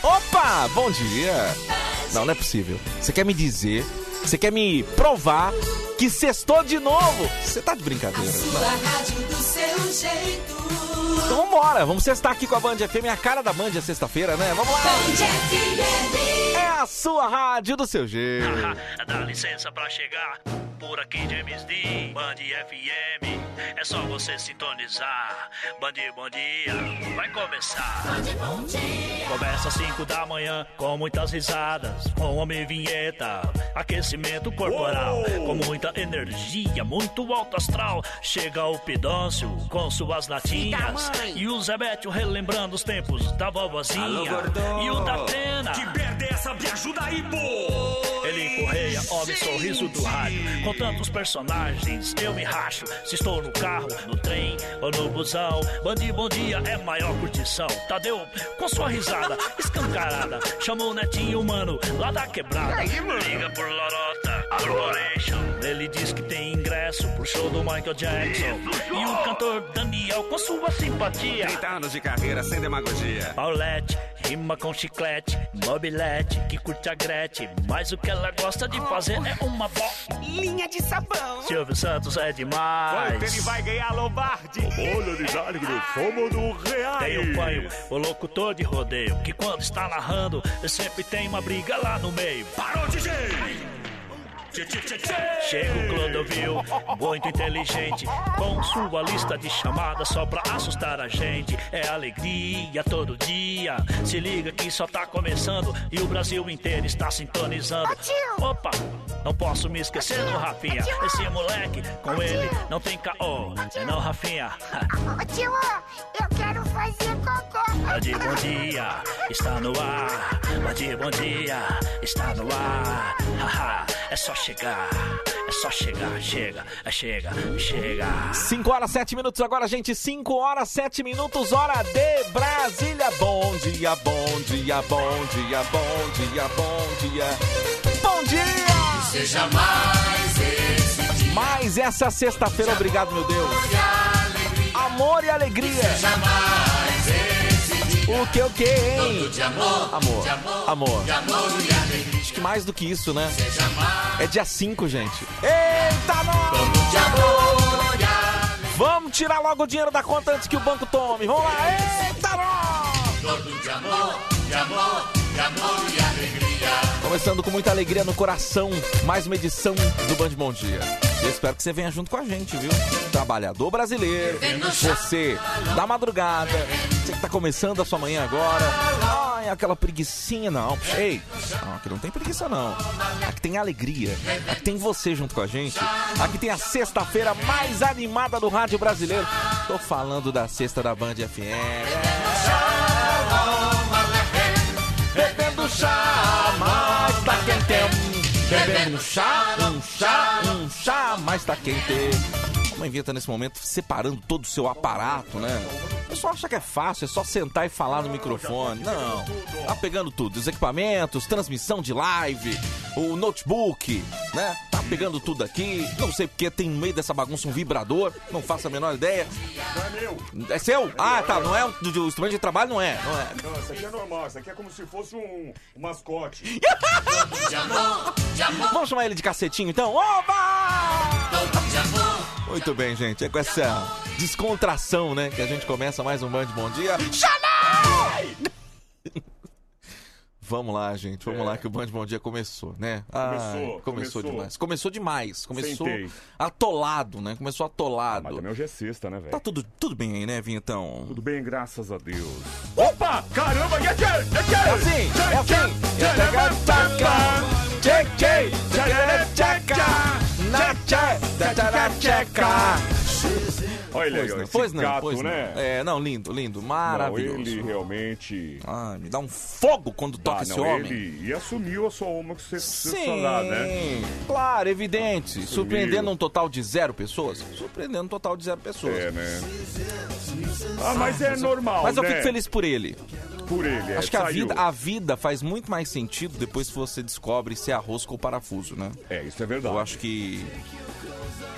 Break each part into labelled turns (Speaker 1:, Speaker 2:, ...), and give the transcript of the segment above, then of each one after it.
Speaker 1: Opa, bom dia. Não, não é possível. Você quer me dizer, você quer me provar que sextou de novo? Você tá de brincadeira.
Speaker 2: Sua rádio do seu jeito.
Speaker 1: Então vambora, vamos sextar aqui com a Band FM. A cara da Band é sexta-feira, né? Vamos lá.
Speaker 2: Band FM.
Speaker 1: É a sua rádio do seu jeito.
Speaker 3: Ah, Dá licença pra chegar por aqui, James D. Band FM. É só você sintonizar. Band, bom dia. Vai começar. Começa às 5 da manhã com muitas risadas. Com homem vinheta. Aquecimento corporal. Com muita energia, muito alto astral. Chega o Pidócio com suas latinhas. E o Zé Bétio relembrando os tempos da vovozinha. e o da Atena. Ele correia, homem sorriso do rádio. Com tantos personagens, eu me racho. Se estou no carro, no trem ou no busão. Bandi Bom Dia é maior curtição. Tadeu, com sua risada escancarada, chamou o netinho, mano, lá da quebrada. Liga por Lorota, Corporation. Ele diz que tem ingresso pro show do Michael Jackson. E o cantor Daniel, com sua simpatia.
Speaker 4: 30 anos de carreira sem demagogia.
Speaker 3: Paulette, rima com chiclete, mobilete, que curte a Gretchen. Mas o que ela gosta de fazer é uma bolinha de sabão. Silvio Santos é demais.
Speaker 4: ganhar Lombardi.
Speaker 3: Tem o panho, o locutor de rodeio, que quando está narrando, sempre tem uma briga lá no meio. Parou, DJ! Chega o Clodovil, muito inteligente, com sua lista de chamadas só pra assustar a gente. É alegria todo dia. Se liga que só tá começando e o Brasil inteiro está sintonizando. Opa, não posso me esquecer do Rafinha. Esse moleque, com ele, não tem caô. É não, Rafinha.
Speaker 5: Ô tio, eu quero fazer cocô.
Speaker 3: Bande Bom Dia está no ar. Bande Bom Dia está no ar. Haha, é só chegar, é só chegar, chega, é chega, chega.
Speaker 1: 5 horas, 7 minutos agora, gente. 5 horas, 7 minutos, hora de Brasília. Bom dia, bom dia, bom dia, bom dia, bom dia. Bom dia!
Speaker 2: Seja mais esse dia.
Speaker 1: Mais essa sexta-feira, obrigado, meu Deus.
Speaker 2: E alegria.
Speaker 1: Amor e alegria.
Speaker 2: Seja mais esse dia.
Speaker 1: O que o que, hein?
Speaker 2: Todo de amor.
Speaker 1: Amor,
Speaker 2: De amor.
Speaker 1: amor.
Speaker 2: De amor e alegria.
Speaker 1: Acho que mais do que isso, né?
Speaker 2: Seja mais.
Speaker 1: É dia 5, gente. Eita, nós!
Speaker 2: Todo de amor e alegria.
Speaker 1: Vamos tirar logo o dinheiro da conta antes que o banco tome. Vamos lá, eita, nós!
Speaker 2: Todo de amor, de amor, de amor e alegria.
Speaker 1: Começando com muita alegria no coração, mais uma edição do Band Bom Dia. Eu espero que você venha junto com a gente, viu? Trabalhador brasileiro, você da madrugada, você que tá começando a sua manhã agora. Ai, aquela preguiçinha não. Ei, não, aqui não tem preguiça não. Aqui tem alegria, aqui tem você junto com a gente. Aqui tem a sexta-feira mais animada do rádio brasileiro. Tô falando da sexta da Band FM. Bebendo chá, mas tá quente. Bebendo um chá, um chá, um chá, mas tá quente. Uma inventa nesse momento separando todo o seu aparato, né? O pessoal acha que é fácil, é só sentar e falar no microfone. Não, tá pegando tudo. Os equipamentos, transmissão de live, o notebook, né? Tá pegando tudo aqui. Não sei porque tem no meio dessa bagunça um vibrador, não faço a menor ideia. Não é meu. É seu? Ah, tá, não é o do, do instrumento de trabalho, não é. Não é.
Speaker 6: Não, isso aqui é normal, isso aqui é como se fosse um, um mascote.
Speaker 2: De amor, de amor,
Speaker 1: Vamos chamar ele de cacetinho, então? Oba!
Speaker 2: todo de amor.
Speaker 1: Muito bem, gente. É com essa descontração, né? Que a gente começa mais um Band Bom Dia. Chanel! Vamos lá, gente. Vamos lá que o Band Bom Dia começou, né?
Speaker 6: É. Começou,
Speaker 1: começou
Speaker 6: começou.
Speaker 1: demais. Começou demais. Começou
Speaker 6: Sentei.
Speaker 1: atolado, né? Começou
Speaker 6: Mas
Speaker 1: atolado.
Speaker 6: também hoje é sexta, né, velho?
Speaker 1: Tá tudo, tudo bem aí, né, Vinhetão?
Speaker 6: Tudo bem, graças a Deus. Opa! Caramba! get it, get it.
Speaker 1: É assim, é assim. Tchaca, tchaca, tchê, tchê, tchaca, tchaca, na tchê, tchaca, tchaca.
Speaker 6: Olha aí,
Speaker 1: Pois
Speaker 6: ó,
Speaker 1: não,
Speaker 6: esse
Speaker 1: pois não,
Speaker 6: gato,
Speaker 1: pois não.
Speaker 6: né?
Speaker 1: É, não, lindo, lindo,
Speaker 6: Não,
Speaker 1: maravilhoso.
Speaker 6: ele realmente...
Speaker 1: Ah, me dá um fogo quando toca
Speaker 6: Ah,
Speaker 1: esse
Speaker 6: não,
Speaker 1: homem.
Speaker 6: ele... E assumiu a sua homossexualidade, né?
Speaker 1: Sim, claro, evidente. Surpreendendo um total de zero pessoas? Surpreendendo um total de zero pessoas.
Speaker 6: É, né? Ah, mas é normal,
Speaker 1: Mas eu
Speaker 6: né?
Speaker 1: fico feliz por ele.
Speaker 6: por ele. é,
Speaker 1: Acho que a
Speaker 6: saiu.
Speaker 1: vida, a vida faz muito mais sentido depois que você descobre se é a rosca ou parafuso, né?
Speaker 6: É, isso é verdade.
Speaker 1: Eu acho que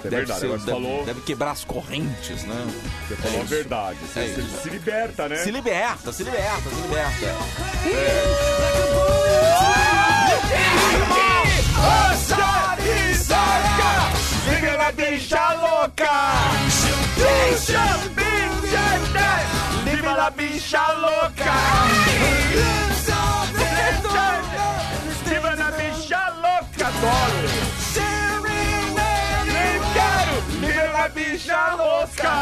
Speaker 6: é
Speaker 1: deve,
Speaker 6: verdade.
Speaker 1: ser-
Speaker 6: Agora você
Speaker 1: deve-
Speaker 6: falou,
Speaker 1: deve quebrar as correntes, né?
Speaker 6: você falou a verdade. Você,
Speaker 1: É
Speaker 6: você
Speaker 1: isso.
Speaker 6: se liberta, né?
Speaker 1: Se liberta, se liberta, se liberta. É.
Speaker 6: Ela deixa louca! Deixa bicha, Viva la bicha louca! Viva la bicha louca! Adoro! Nem quero! Viva la bicha louca!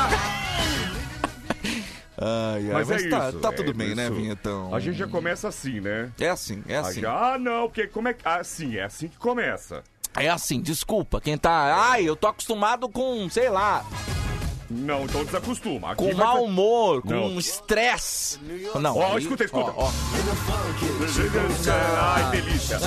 Speaker 1: Ai, ai, mas, tá, tá
Speaker 6: é
Speaker 1: tudo bem, né,
Speaker 6: isso.
Speaker 1: Vinhetão?
Speaker 6: A gente já começa assim, né?
Speaker 1: É assim, é assim.
Speaker 6: Ah, não, porque como é que. Ah, sim, é assim que começa.
Speaker 1: É assim, desculpa, quem tá. Ai, eu tô acostumado com, sei lá,
Speaker 6: Não, então desacostuma. Aqui
Speaker 1: com
Speaker 6: vai
Speaker 1: mau
Speaker 6: ser-
Speaker 1: humor,
Speaker 6: Não.
Speaker 1: com estresse. Não.
Speaker 6: Ó,
Speaker 1: aí-
Speaker 6: escuta, escuta.
Speaker 1: ó, ó.
Speaker 6: Ai, delícia.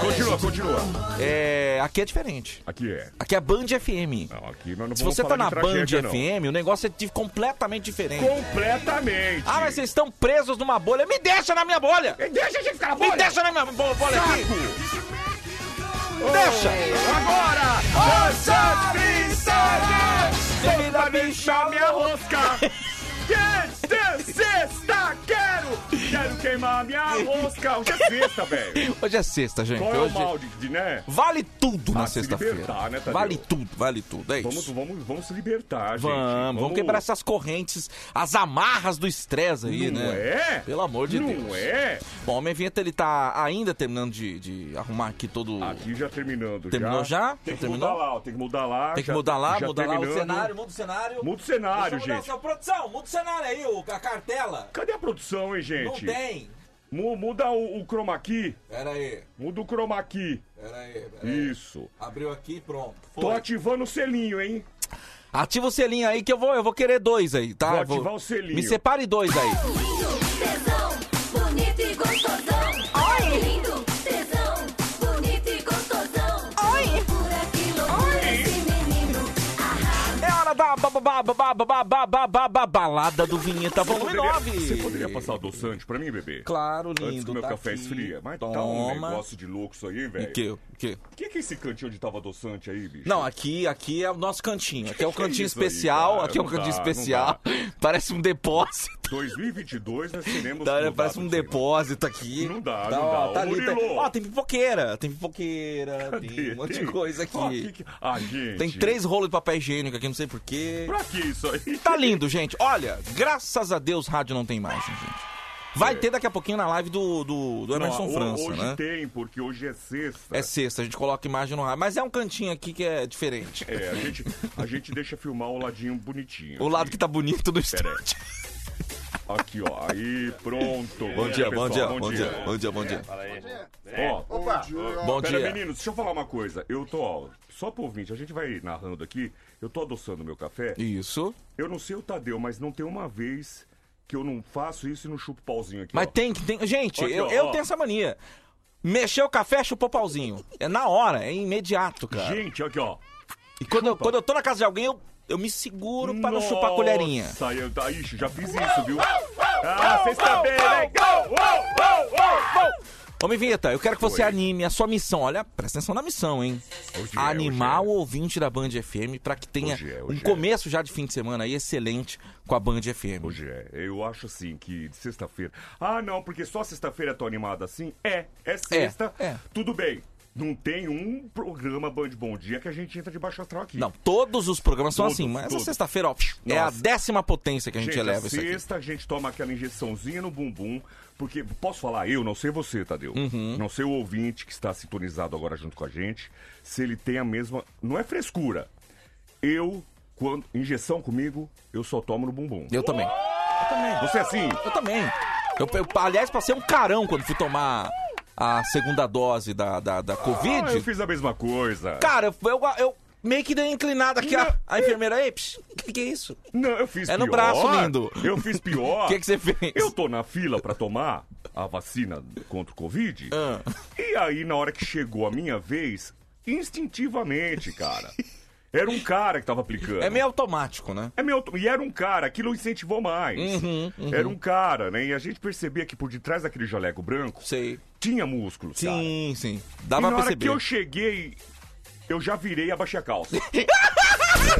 Speaker 6: Continua, continua.
Speaker 1: É, aqui é diferente.
Speaker 6: Aqui é.
Speaker 1: Aqui é Band FM.
Speaker 6: Não, aqui nós não
Speaker 1: Se
Speaker 6: vamos
Speaker 1: você tá
Speaker 6: falar
Speaker 1: na
Speaker 6: de
Speaker 1: Band
Speaker 6: tragédia, não.
Speaker 1: FM, o negócio é de- completamente diferente.
Speaker 6: Completamente.
Speaker 1: Ah, mas vocês estão presos numa bolha. Me deixa na minha bolha!
Speaker 6: Me Deixa a gente ficar na
Speaker 1: Me
Speaker 6: bolha.
Speaker 1: deixa na minha bo- bolha aqui!
Speaker 6: Saco.
Speaker 1: Deixa!
Speaker 6: Agora! Dança, princesa!
Speaker 1: Vem da bicha,
Speaker 6: Deixa minha rosca. Desde sexta, quero. Quero queimar minha rosca. Hoje é sexta, velho.
Speaker 1: Hoje é sexta, gente.
Speaker 6: Qual é o
Speaker 1: Hoje...
Speaker 6: mal de, de, né?
Speaker 1: Vale tudo na
Speaker 6: Ah, se
Speaker 1: sexta-feira.
Speaker 6: libertar, né, Tadeu?
Speaker 1: Vale tudo, vale tudo. É
Speaker 6: Vamos,
Speaker 1: isso.
Speaker 6: vamos, vamos se libertar, gente.
Speaker 1: Vamos, vamos, quebrar essas correntes, as amarras do estresse aí,
Speaker 6: Não
Speaker 1: né?
Speaker 6: é?
Speaker 1: Pelo amor de
Speaker 6: não
Speaker 1: Deus.
Speaker 6: é?
Speaker 1: Bom, o homem vinheta ele tá ainda terminando de, de arrumar aqui todo.
Speaker 6: Aqui já terminando.
Speaker 1: Terminou já? Já
Speaker 6: Tem que
Speaker 1: terminou?
Speaker 6: mudar lá, ó, tem que mudar lá.
Speaker 1: Tem que
Speaker 6: tá, já-
Speaker 1: mudar lá,
Speaker 6: já
Speaker 1: mudar lá o
Speaker 6: terminando.
Speaker 1: cenário, muda o cenário.
Speaker 6: Muda o cenário,
Speaker 1: Deixa eu mudar
Speaker 6: gente.
Speaker 1: o cenário. Produção, muda o cenário aí, o- a cartela.
Speaker 6: Cadê a produção,
Speaker 1: Não
Speaker 6: hein, gente?
Speaker 1: tem.
Speaker 6: Mu- Muda o, o chroma key.
Speaker 1: Pera aí,
Speaker 6: Muda o chroma key.
Speaker 1: pera aí, pera aí.
Speaker 6: Isso.
Speaker 1: Abriu aqui, pronto.
Speaker 6: Tô
Speaker 1: É. Foi.
Speaker 6: ativando o selinho, hein?
Speaker 1: Ativa o selinho aí que eu vou, eu vou querer dois aí, tá?
Speaker 6: Vou
Speaker 1: Eu
Speaker 6: ativar o selinho.
Speaker 1: Me separe dois aí.
Speaker 7: Lindo, tesão, bonito e gostosão. Oi! Lindo, tesão, bonito e gostosão. Oi! Pura que loucura esse menino. Arrasa.
Speaker 1: É hora da ba- ba- ba- ba- ba- ba- ba- ba- ba- ba- balada do Vinheta Volume 9.
Speaker 6: Você poderia passar o adoçante pra mim, bebê?
Speaker 1: Claro, lindo.
Speaker 6: Antes que o meu
Speaker 1: tá
Speaker 6: café
Speaker 1: aqui.
Speaker 6: esfria. Mas tá um
Speaker 1: Toma.
Speaker 6: negócio de louco isso aí,
Speaker 1: E
Speaker 6: velho.
Speaker 1: que, que?
Speaker 6: O que que é esse cantinho onde tava adoçante aí, bicho?
Speaker 1: Não, aqui, aqui é o nosso cantinho. Aqui é o
Speaker 6: Que
Speaker 1: cantinho
Speaker 6: isso aí,
Speaker 1: especial.
Speaker 6: cara?
Speaker 1: aqui é um
Speaker 6: Não
Speaker 1: cantinho
Speaker 6: dá, não
Speaker 1: especial. Parece um depósito.
Speaker 6: 2022 nós teremos...
Speaker 1: Tá,
Speaker 6: mudado
Speaker 1: parece um
Speaker 6: isso aí, né?
Speaker 1: depósito aqui.
Speaker 6: Não dá,
Speaker 1: Tá,
Speaker 6: não
Speaker 1: ó,
Speaker 6: dá.
Speaker 1: Tá
Speaker 6: Ô,
Speaker 1: ali, tem,
Speaker 6: Murilo!
Speaker 1: ó, tem pipoqueira, tem pipoqueira, tem um monte de coisa
Speaker 6: Ó,
Speaker 1: aqui.
Speaker 6: que que- Ah, gente.
Speaker 1: Tem três rolos de papel higiênico aqui, não sei porquê.
Speaker 6: Pra que isso aí?
Speaker 1: Tá lindo, gente. Olha, graças a Deus rádio não tem imagem, gente. Vai ter daqui a pouquinho na live do, do, do Emerson
Speaker 6: Não, ho-
Speaker 1: França,
Speaker 6: É. hoje
Speaker 1: né?
Speaker 6: tem, porque hoje é sexta.
Speaker 1: É sexta, a gente coloca imagem no rádio. Mas é um cantinho aqui que é diferente.
Speaker 6: É, a gente, a gente deixa filmar o ladinho bonitinho.
Speaker 1: O lado que tá bonito do
Speaker 6: Pera aí.
Speaker 1: estúdio.
Speaker 6: Aqui, ó. Aí, pronto. É,
Speaker 1: Bom dia, bom dia, bom dia, bom
Speaker 6: Bom
Speaker 1: dia, bom dia.
Speaker 6: dia. Ó,
Speaker 1: Bom
Speaker 6: Pera,
Speaker 1: dia.
Speaker 6: meninos, deixa eu falar uma coisa. Eu tô, ó, só pro ouvinte, a gente vai narrando aqui. Eu tô adoçando meu café.
Speaker 1: Isso.
Speaker 6: Eu não sei o Tadeu, mas não tem uma vez que eu não faço isso e não chupo pauzinho aqui.
Speaker 1: Mas
Speaker 6: ó.
Speaker 1: tem que. Tem... Gente,
Speaker 6: Aqui,
Speaker 1: eu,
Speaker 6: ó,
Speaker 1: eu
Speaker 6: ó.
Speaker 1: tenho essa mania. Mexer o café, chupou pauzinho. É na hora, é imediato, cara.
Speaker 6: Gente, aqui, ó.
Speaker 1: e quando eu, quando eu tô na casa de alguém, eu, eu me seguro pra não chupar a colherinha.
Speaker 6: Nossa, eu, tá, ixi, já fiz isso, viu? Ah, sexta-feira, legal!
Speaker 1: Homem Vinheta, eu quero que você
Speaker 6: Oi.
Speaker 1: anime a sua missão. Olha, presta atenção na missão, hein?
Speaker 6: Hoje é,
Speaker 1: Animar
Speaker 6: hoje
Speaker 1: o ouvinte da Band FM pra que tenha
Speaker 6: Hoje é,
Speaker 1: um
Speaker 6: hoje é.
Speaker 1: começo já de fim de semana aí excelente com a Band FM.
Speaker 6: Hoje é. Eu acho assim que de sexta-feira. Ah, não, porque só sexta-feira tô animado assim? É, é sexta,
Speaker 1: é.
Speaker 6: tudo bem. Não tem um programa Band Bom Dia que a gente entra de baixo astral aqui.
Speaker 1: Não, todos os programas são assim, mas
Speaker 6: é. todos.
Speaker 1: essa sexta-feira, ó, é a
Speaker 6: Nossa.
Speaker 1: décima potência que a gente, eleva isso aqui.
Speaker 6: é sexta a gente toma aquela injeçãozinha no bumbum, porque posso falar eu, não sei você, Tadeu.
Speaker 1: Uhum.
Speaker 6: Não sei o ouvinte que está sintonizado agora junto com a gente, se ele tem a mesma, não é frescura. Eu quando injeção comigo, eu só tomo no bumbum.
Speaker 1: Eu também. Eu também.
Speaker 6: Você é assim?
Speaker 1: Eu também. Eu, eu- aliás, passei um carão quando fui tomar a segunda dose da, da, da
Speaker 6: Ah, eu
Speaker 1: Covid.
Speaker 6: fiz a mesma coisa.
Speaker 1: Cara, eu, eu, eu meio que dei uma inclinada aqui. A, a enfermeira, ei, psh, que que é isso?
Speaker 6: Não, eu fiz
Speaker 1: É
Speaker 6: pior.
Speaker 1: no braço, lindo.
Speaker 6: Eu fiz pior.
Speaker 1: O que, que você fez?
Speaker 6: Eu tô na fila pra tomar a vacina contra o Covid.
Speaker 1: Ah.
Speaker 6: E aí, na hora que chegou a minha vez, instintivamente, cara. Era um cara que tava aplicando.
Speaker 1: É meio automático, né?
Speaker 6: É meu, e era um cara, aquilo incentivou mais.
Speaker 1: Uhum,
Speaker 6: Era um cara, né? E a gente percebia que por detrás daquele jaleco branco
Speaker 1: Sei.
Speaker 6: tinha músculos, cara. E
Speaker 1: Sim, sim.
Speaker 6: na
Speaker 1: Dá pra
Speaker 6: hora
Speaker 1: perceber.
Speaker 6: que eu cheguei, eu já virei e abaixei a calça.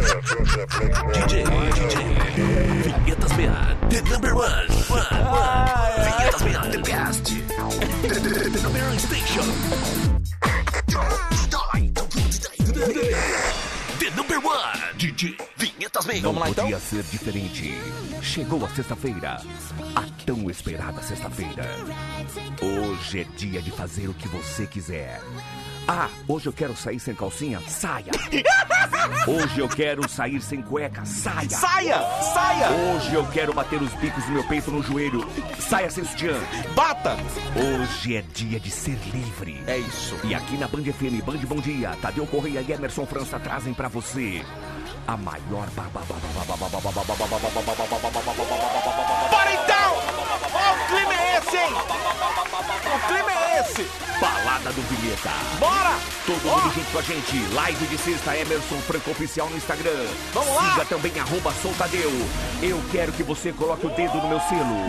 Speaker 8: DJ, DJ. Vinhetas BA, the number one. one, one. Vinhetas BA, the best. The, the, the, the number one station. The number one. DJ. Vinhetas BA.
Speaker 1: Vamos lá, então?
Speaker 6: Podia ser diferente. Chegou a sexta-feira. A tão esperada sexta-feira. Hoje é dia de fazer o que você quiser. Ah, hoje eu quero sair sem calcinha? Saia! Hoje eu quero sair sem cueca? Saia!
Speaker 1: Saia! Saia!
Speaker 6: Hoje eu quero bater os bicos do meu peito no joelho. Saia sem sutiã.
Speaker 1: Bata!
Speaker 6: Hoje é dia de ser livre.
Speaker 1: É isso.
Speaker 6: E aqui na Band FM, Band Bom Dia, Tadeu Correia e Emerson França trazem pra você a maior babá.
Speaker 1: Bora então! Ó, o clima é esse, hein? O clima é esse!
Speaker 6: Balada do Vinheta.
Speaker 1: Bora!
Speaker 6: Todo mundo junto com a gente. Live de sexta, Emerson Franco Oficial no Instagram.
Speaker 1: Vamos lá!
Speaker 6: Siga também arroba Sou Tadeu. Eu quero que você coloque o dedo no meu selo.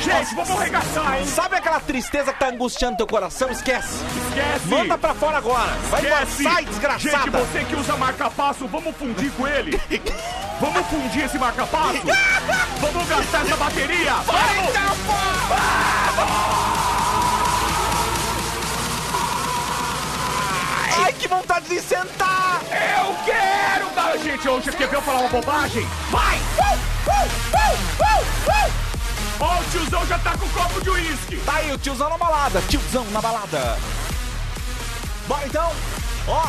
Speaker 4: Gente, vamos arregaçar, hein?
Speaker 1: Sabe aquela tristeza que tá angustiando teu coração? Esquece!
Speaker 6: Esquece!
Speaker 1: Manda pra fora agora! Vai embora! Sai, desgraçada!
Speaker 6: Gente, você que usa marca-passo, vamos fundir com ele? vamos fundir esse marca-passo? vamos gastar essa bateria? Vamos!
Speaker 1: Ai, que vontade de sentar!
Speaker 6: Eu quero! Ah, gente, hoje quer ver eu falar uma bobagem? Vai! Ó, o tiozão já tá com um copo de uísque!
Speaker 1: Tá aí, o tiozão na balada! Tiozão na balada! Bora então! Ó,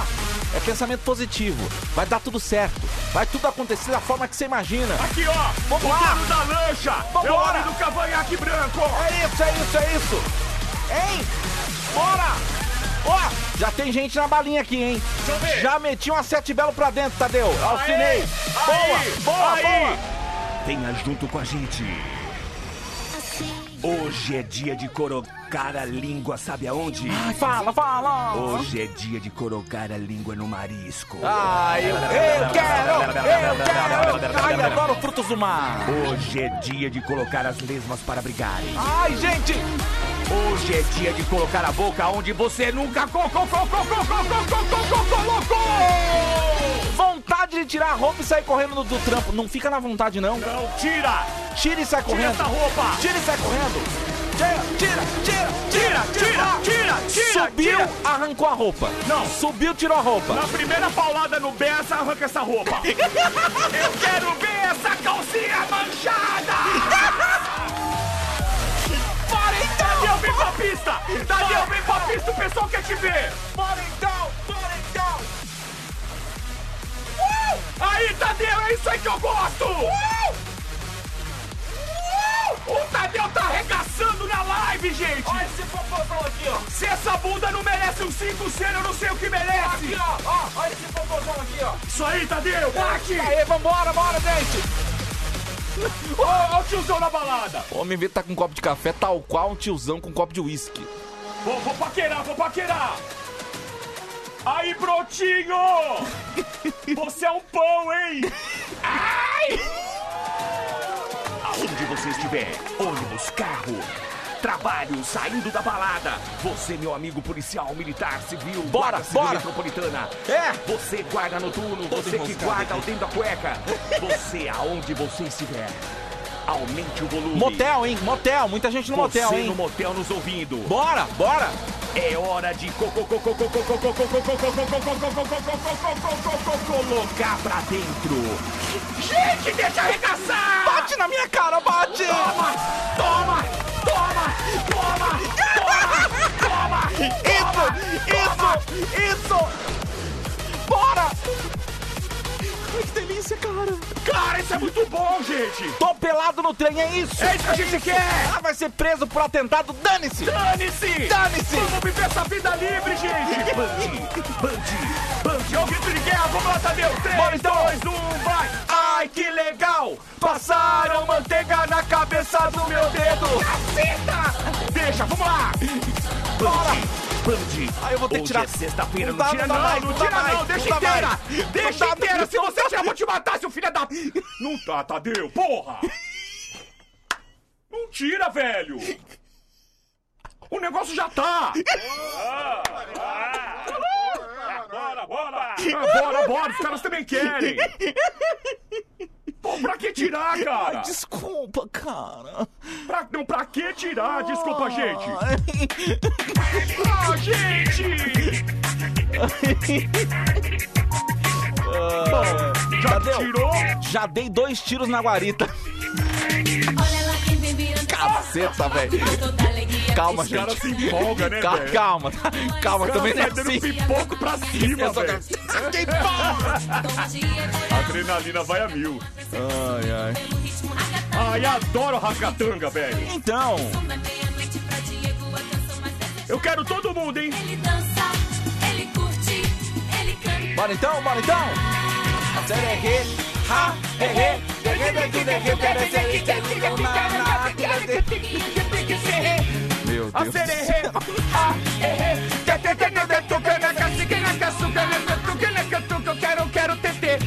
Speaker 1: é pensamento positivo. Vai dar tudo certo. Vai tudo acontecer da forma que você imagina.
Speaker 6: Aqui, ó!
Speaker 1: Vamos
Speaker 6: o
Speaker 1: lá.
Speaker 6: dono da lancha! É o
Speaker 1: Vambora.
Speaker 6: homem do cavanhaque branco!
Speaker 1: É isso, é isso, é isso. Hein? Bora! Ó, já tem gente na balinha aqui, hein?
Speaker 6: Deixa eu ver.
Speaker 1: Já meti uma sete belo pra dentro, Tadeu. Alcinei.
Speaker 6: Aí,
Speaker 1: Boa, boa,
Speaker 6: aí.
Speaker 1: boa.
Speaker 6: Venha junto com a gente! Hoje é dia de corocar a língua, sabe aonde?
Speaker 1: Ai, fala, fala.
Speaker 6: Hoje é dia de colocar a língua no marisco.
Speaker 1: Ai, eu,
Speaker 9: É
Speaker 1: eu quero, eu quero. Ai, adoro frutos do mar.
Speaker 6: Hoje é dia de colocar as lesmas para brigarem.
Speaker 1: Ai, gente.
Speaker 6: Hoje é dia de colocar a boca onde você nunca co- co- co- co- co- co- co- co- colocou!
Speaker 1: Vontade de tirar a roupa e sair correndo do, do trampo. Não fica na vontade, não.
Speaker 6: Não, tira!
Speaker 1: Tira e sai
Speaker 6: Tira
Speaker 1: correndo.
Speaker 6: essa roupa!
Speaker 1: Tira e sai correndo. Tira, tira, tira,
Speaker 6: Tira, tira, tira,
Speaker 1: Subiu,
Speaker 6: tira.
Speaker 1: arrancou a roupa.
Speaker 6: Não.
Speaker 1: Subiu, tirou a roupa.
Speaker 6: Na primeira paulada no Bessa, arranca essa roupa! Eu quero ver essa calcinha manchada!
Speaker 1: Para
Speaker 6: Tadeu, vem pra pista! Tadeu, vem pra pista, o pessoal quer te ver!
Speaker 1: Para então! Para então!
Speaker 6: Aí, Tadeu, é isso aí que eu gosto! O Tadeu tá arregaçando na live, gente!
Speaker 1: Olha esse popozão aqui, ó!
Speaker 6: Se essa bunda não merece um 5 0 eu não sei o que merece!
Speaker 1: Aqui, ó! ó. Olha esse popozão aqui, ó! Tá
Speaker 6: Isso aí, Tadeu! Bate!
Speaker 1: Aê, vambora, bora, gente!
Speaker 6: Ó, ó o tiozão na balada!
Speaker 1: O homem vê tá com um copo de café, tal qual um tiozão com um copo de uísque.
Speaker 6: Vou, vou paquerar, vou paquerar! Aí, brotinho! Você é um pão, hein? Ai! Aonde você estiver, ônibus, carro, trabalho, saindo da balada, você, meu amigo policial, militar, civil,
Speaker 1: Bora,
Speaker 6: guarda civil
Speaker 1: bora.
Speaker 6: metropolitana,
Speaker 1: É.
Speaker 6: você guarda noturno, você que
Speaker 1: enroscado
Speaker 6: guarda o dentro da cueca, você aonde você estiver. Aumente o volume.
Speaker 1: Motel, hein? Motel. Muita gente no
Speaker 6: Você
Speaker 1: motel, hein?
Speaker 6: no motel nos ouvindo.
Speaker 1: Bora, bora.
Speaker 6: É hora de co- co- co- co- co- co- co- co- co- co- co- co- co- co- co- co- co- co- co- co- co- co- colocar pra dentro. Gente, deixa arregaçar!
Speaker 1: Bate na minha cara, bate.
Speaker 6: Toma! Toma! Toma! Toma! Toma! Toma!
Speaker 1: Isso, isso, isso. Bora. Ai, que delícia, cara.
Speaker 6: Cara, isso é muito bom, gente!
Speaker 1: Tô pelado no trem, é isso.
Speaker 6: É isso que a gente quer!
Speaker 1: Ah, vai ser preso por atentado. Dane-se.
Speaker 6: Dane-se!
Speaker 1: Dane-se.
Speaker 6: Vamos viver essa vida livre, gente! Bande! Bande! Bande! É o grito de guerra! Vamos lá, Tadeu! 3,
Speaker 1: Bora, então.
Speaker 6: 2, 1, vai! Ai, que legal! Passaram manteiga na cabeça do meu dedo! Caceta! Deixa, vamos lá! Bora! Bande!
Speaker 1: Ah, eu vou ter que tirar.
Speaker 6: Hoje é sexta-feira,
Speaker 1: Não
Speaker 6: não
Speaker 1: dá,
Speaker 6: tira
Speaker 1: não
Speaker 6: não!
Speaker 1: dá mais,
Speaker 6: Não
Speaker 1: não dá
Speaker 6: tira
Speaker 1: mais,
Speaker 6: não! Deixa
Speaker 1: não dá
Speaker 6: inteira!
Speaker 1: mais.
Speaker 6: Deixa
Speaker 1: Não dá,
Speaker 6: inteira!
Speaker 1: não
Speaker 6: Se você tirar, eu vou te matar, seu filho da... Não tá, Tadeu! Porra! Não tira, velho! O negócio já tá! Bora, bora! Bora, bora! Os caras também querem! Pô, pra que tirar, cara?
Speaker 1: Desculpa, cara.
Speaker 6: Pra, não, pra que tirar? Desculpa, gente! Ah, gente! Bom, já
Speaker 1: Tadeu.
Speaker 6: tirou?
Speaker 1: Já dei dois tiros na guarita.
Speaker 7: Olha lá quem vem virando
Speaker 1: Caceta, velho.
Speaker 7: com toda alegria.
Speaker 1: Calma,
Speaker 6: Os caras
Speaker 1: gente.
Speaker 6: se empolga, né,
Speaker 1: Ca-
Speaker 6: velho?
Speaker 1: Calma, calma,
Speaker 6: Os
Speaker 1: também não é
Speaker 6: caras
Speaker 1: assim.
Speaker 6: metendo pipoco pra cima,
Speaker 1: Eu sou
Speaker 6: velho!
Speaker 1: ca- Quem fala?
Speaker 7: Todo dia é
Speaker 6: A adrenalina vai a mil!
Speaker 1: Ai, ai.
Speaker 7: pelo ritmo. Agatha
Speaker 6: Ai, adoro racatanga, velho!
Speaker 1: Então,
Speaker 7: vai meia-noite pra Diego. A canção mais desejosa.
Speaker 6: Eu quero todo mundo, hein?
Speaker 7: Ele dança, ele curte, ele canta.
Speaker 1: bora então, bora então. Sererê, ha, é herê, herê, daqui, daqui, eu quero esse aí, que é que é que na- na- Meu Deus. do céu.
Speaker 6: Eu quero, eu quero TT.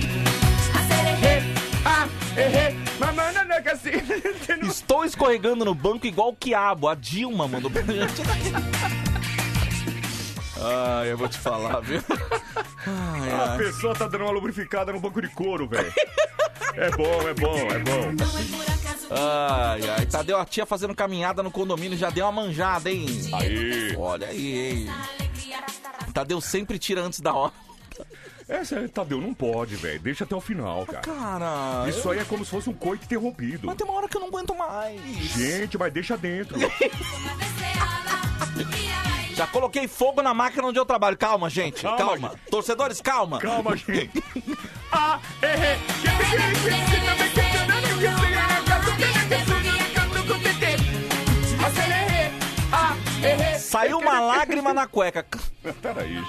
Speaker 6: Ah, errei. Mamana na
Speaker 1: Estou escorregando no banco igual o quiabo. A Dilma mandou pra gente. Ai, eu vou te falar, viu?
Speaker 6: A pessoa tá dando uma lubrificada no banco de couro, velho. É bom, é bom, é bom.
Speaker 7: Não é por acaso que
Speaker 1: Ai, ai. Tadeu, a tia fazendo caminhada no condomínio já deu uma manjada, hein?
Speaker 6: Aí.
Speaker 1: Olha aí, hein?
Speaker 7: a alegria tá
Speaker 1: Tadeu sempre tira antes da hora.
Speaker 6: Essa é, Tadeu, não pode, velho. Deixa até o final, cara.
Speaker 1: Cara,
Speaker 6: Isso aí é como se fosse um coito interrompido.
Speaker 1: mas tem uma hora que eu não aguento mais.
Speaker 6: Gente, mas deixa dentro.
Speaker 7: uma deseada. E ela
Speaker 1: Já coloquei fogo na máquina onde eu trabalho. Calma, gente. Calma.
Speaker 6: Calma,
Speaker 1: Torcedores, calma.
Speaker 6: Calma, gente. Ah, errei.
Speaker 1: Saiu uma lágrima na cueca.
Speaker 6: Peraí,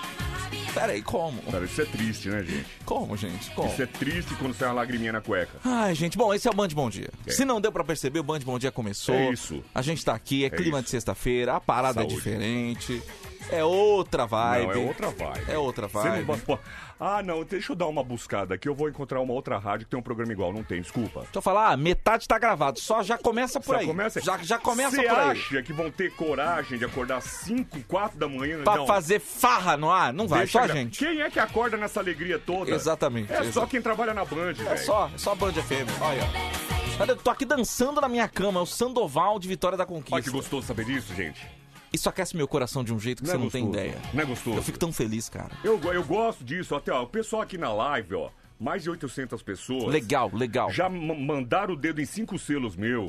Speaker 1: Peraí, como?
Speaker 6: cara, isso é triste, né, gente?
Speaker 1: Como, gente? Como?
Speaker 6: Isso é triste quando sai uma lagriminha na cueca.
Speaker 1: Ai, gente, bom, esse é o Band Bom Dia. Se não deu pra perceber, o Band Bom Dia começou.
Speaker 6: É isso.
Speaker 1: A gente tá aqui, é, clima
Speaker 6: isso.
Speaker 1: de sexta-feira, a parada
Speaker 6: Saúde.
Speaker 1: é diferente. É outra vibe.
Speaker 6: Não, é outra vibe.
Speaker 1: É outra
Speaker 6: Você não
Speaker 1: vibe.
Speaker 6: bo- pô, Ah, não, deixa eu dar uma buscada aqui. Eu vou encontrar uma outra rádio que tem um programa igual. Não tem, desculpa.
Speaker 1: Deixa eu falar, ah, metade tá gravado. Só já começa por
Speaker 6: Já
Speaker 1: aí.
Speaker 6: começa?
Speaker 1: Já, já começa
Speaker 6: Você
Speaker 1: por aí.
Speaker 6: acha que vão ter coragem de acordar 5, 4 da manhã?
Speaker 1: Pra
Speaker 6: não.
Speaker 1: fazer farra no ar, não vai,
Speaker 6: Deixa
Speaker 1: só a
Speaker 6: gra-
Speaker 1: gente.
Speaker 6: Quem é que acorda nessa alegria toda?
Speaker 1: Exatamente,
Speaker 6: É só
Speaker 1: exato.
Speaker 6: quem trabalha na Band,
Speaker 1: É
Speaker 6: velho.
Speaker 1: só, é só Band FM. Olha, ó. Olha, eu tô aqui dançando na minha cama, é o Sandoval de Vitória da Conquista.
Speaker 6: Olha que gostoso saber isso, gente.
Speaker 1: Isso aquece meu coração de um jeito que você
Speaker 6: é
Speaker 1: não tem
Speaker 6: gostoso?
Speaker 1: ideia.
Speaker 6: Não é gostoso?
Speaker 1: Eu fico tão feliz, cara.
Speaker 6: Eu, go- eu gosto disso. Até, ó, o pessoal aqui na live, ó, mais de 800 pessoas.
Speaker 1: Legal, legal.
Speaker 6: Já ma- mandaram o dedo em cinco selos meu.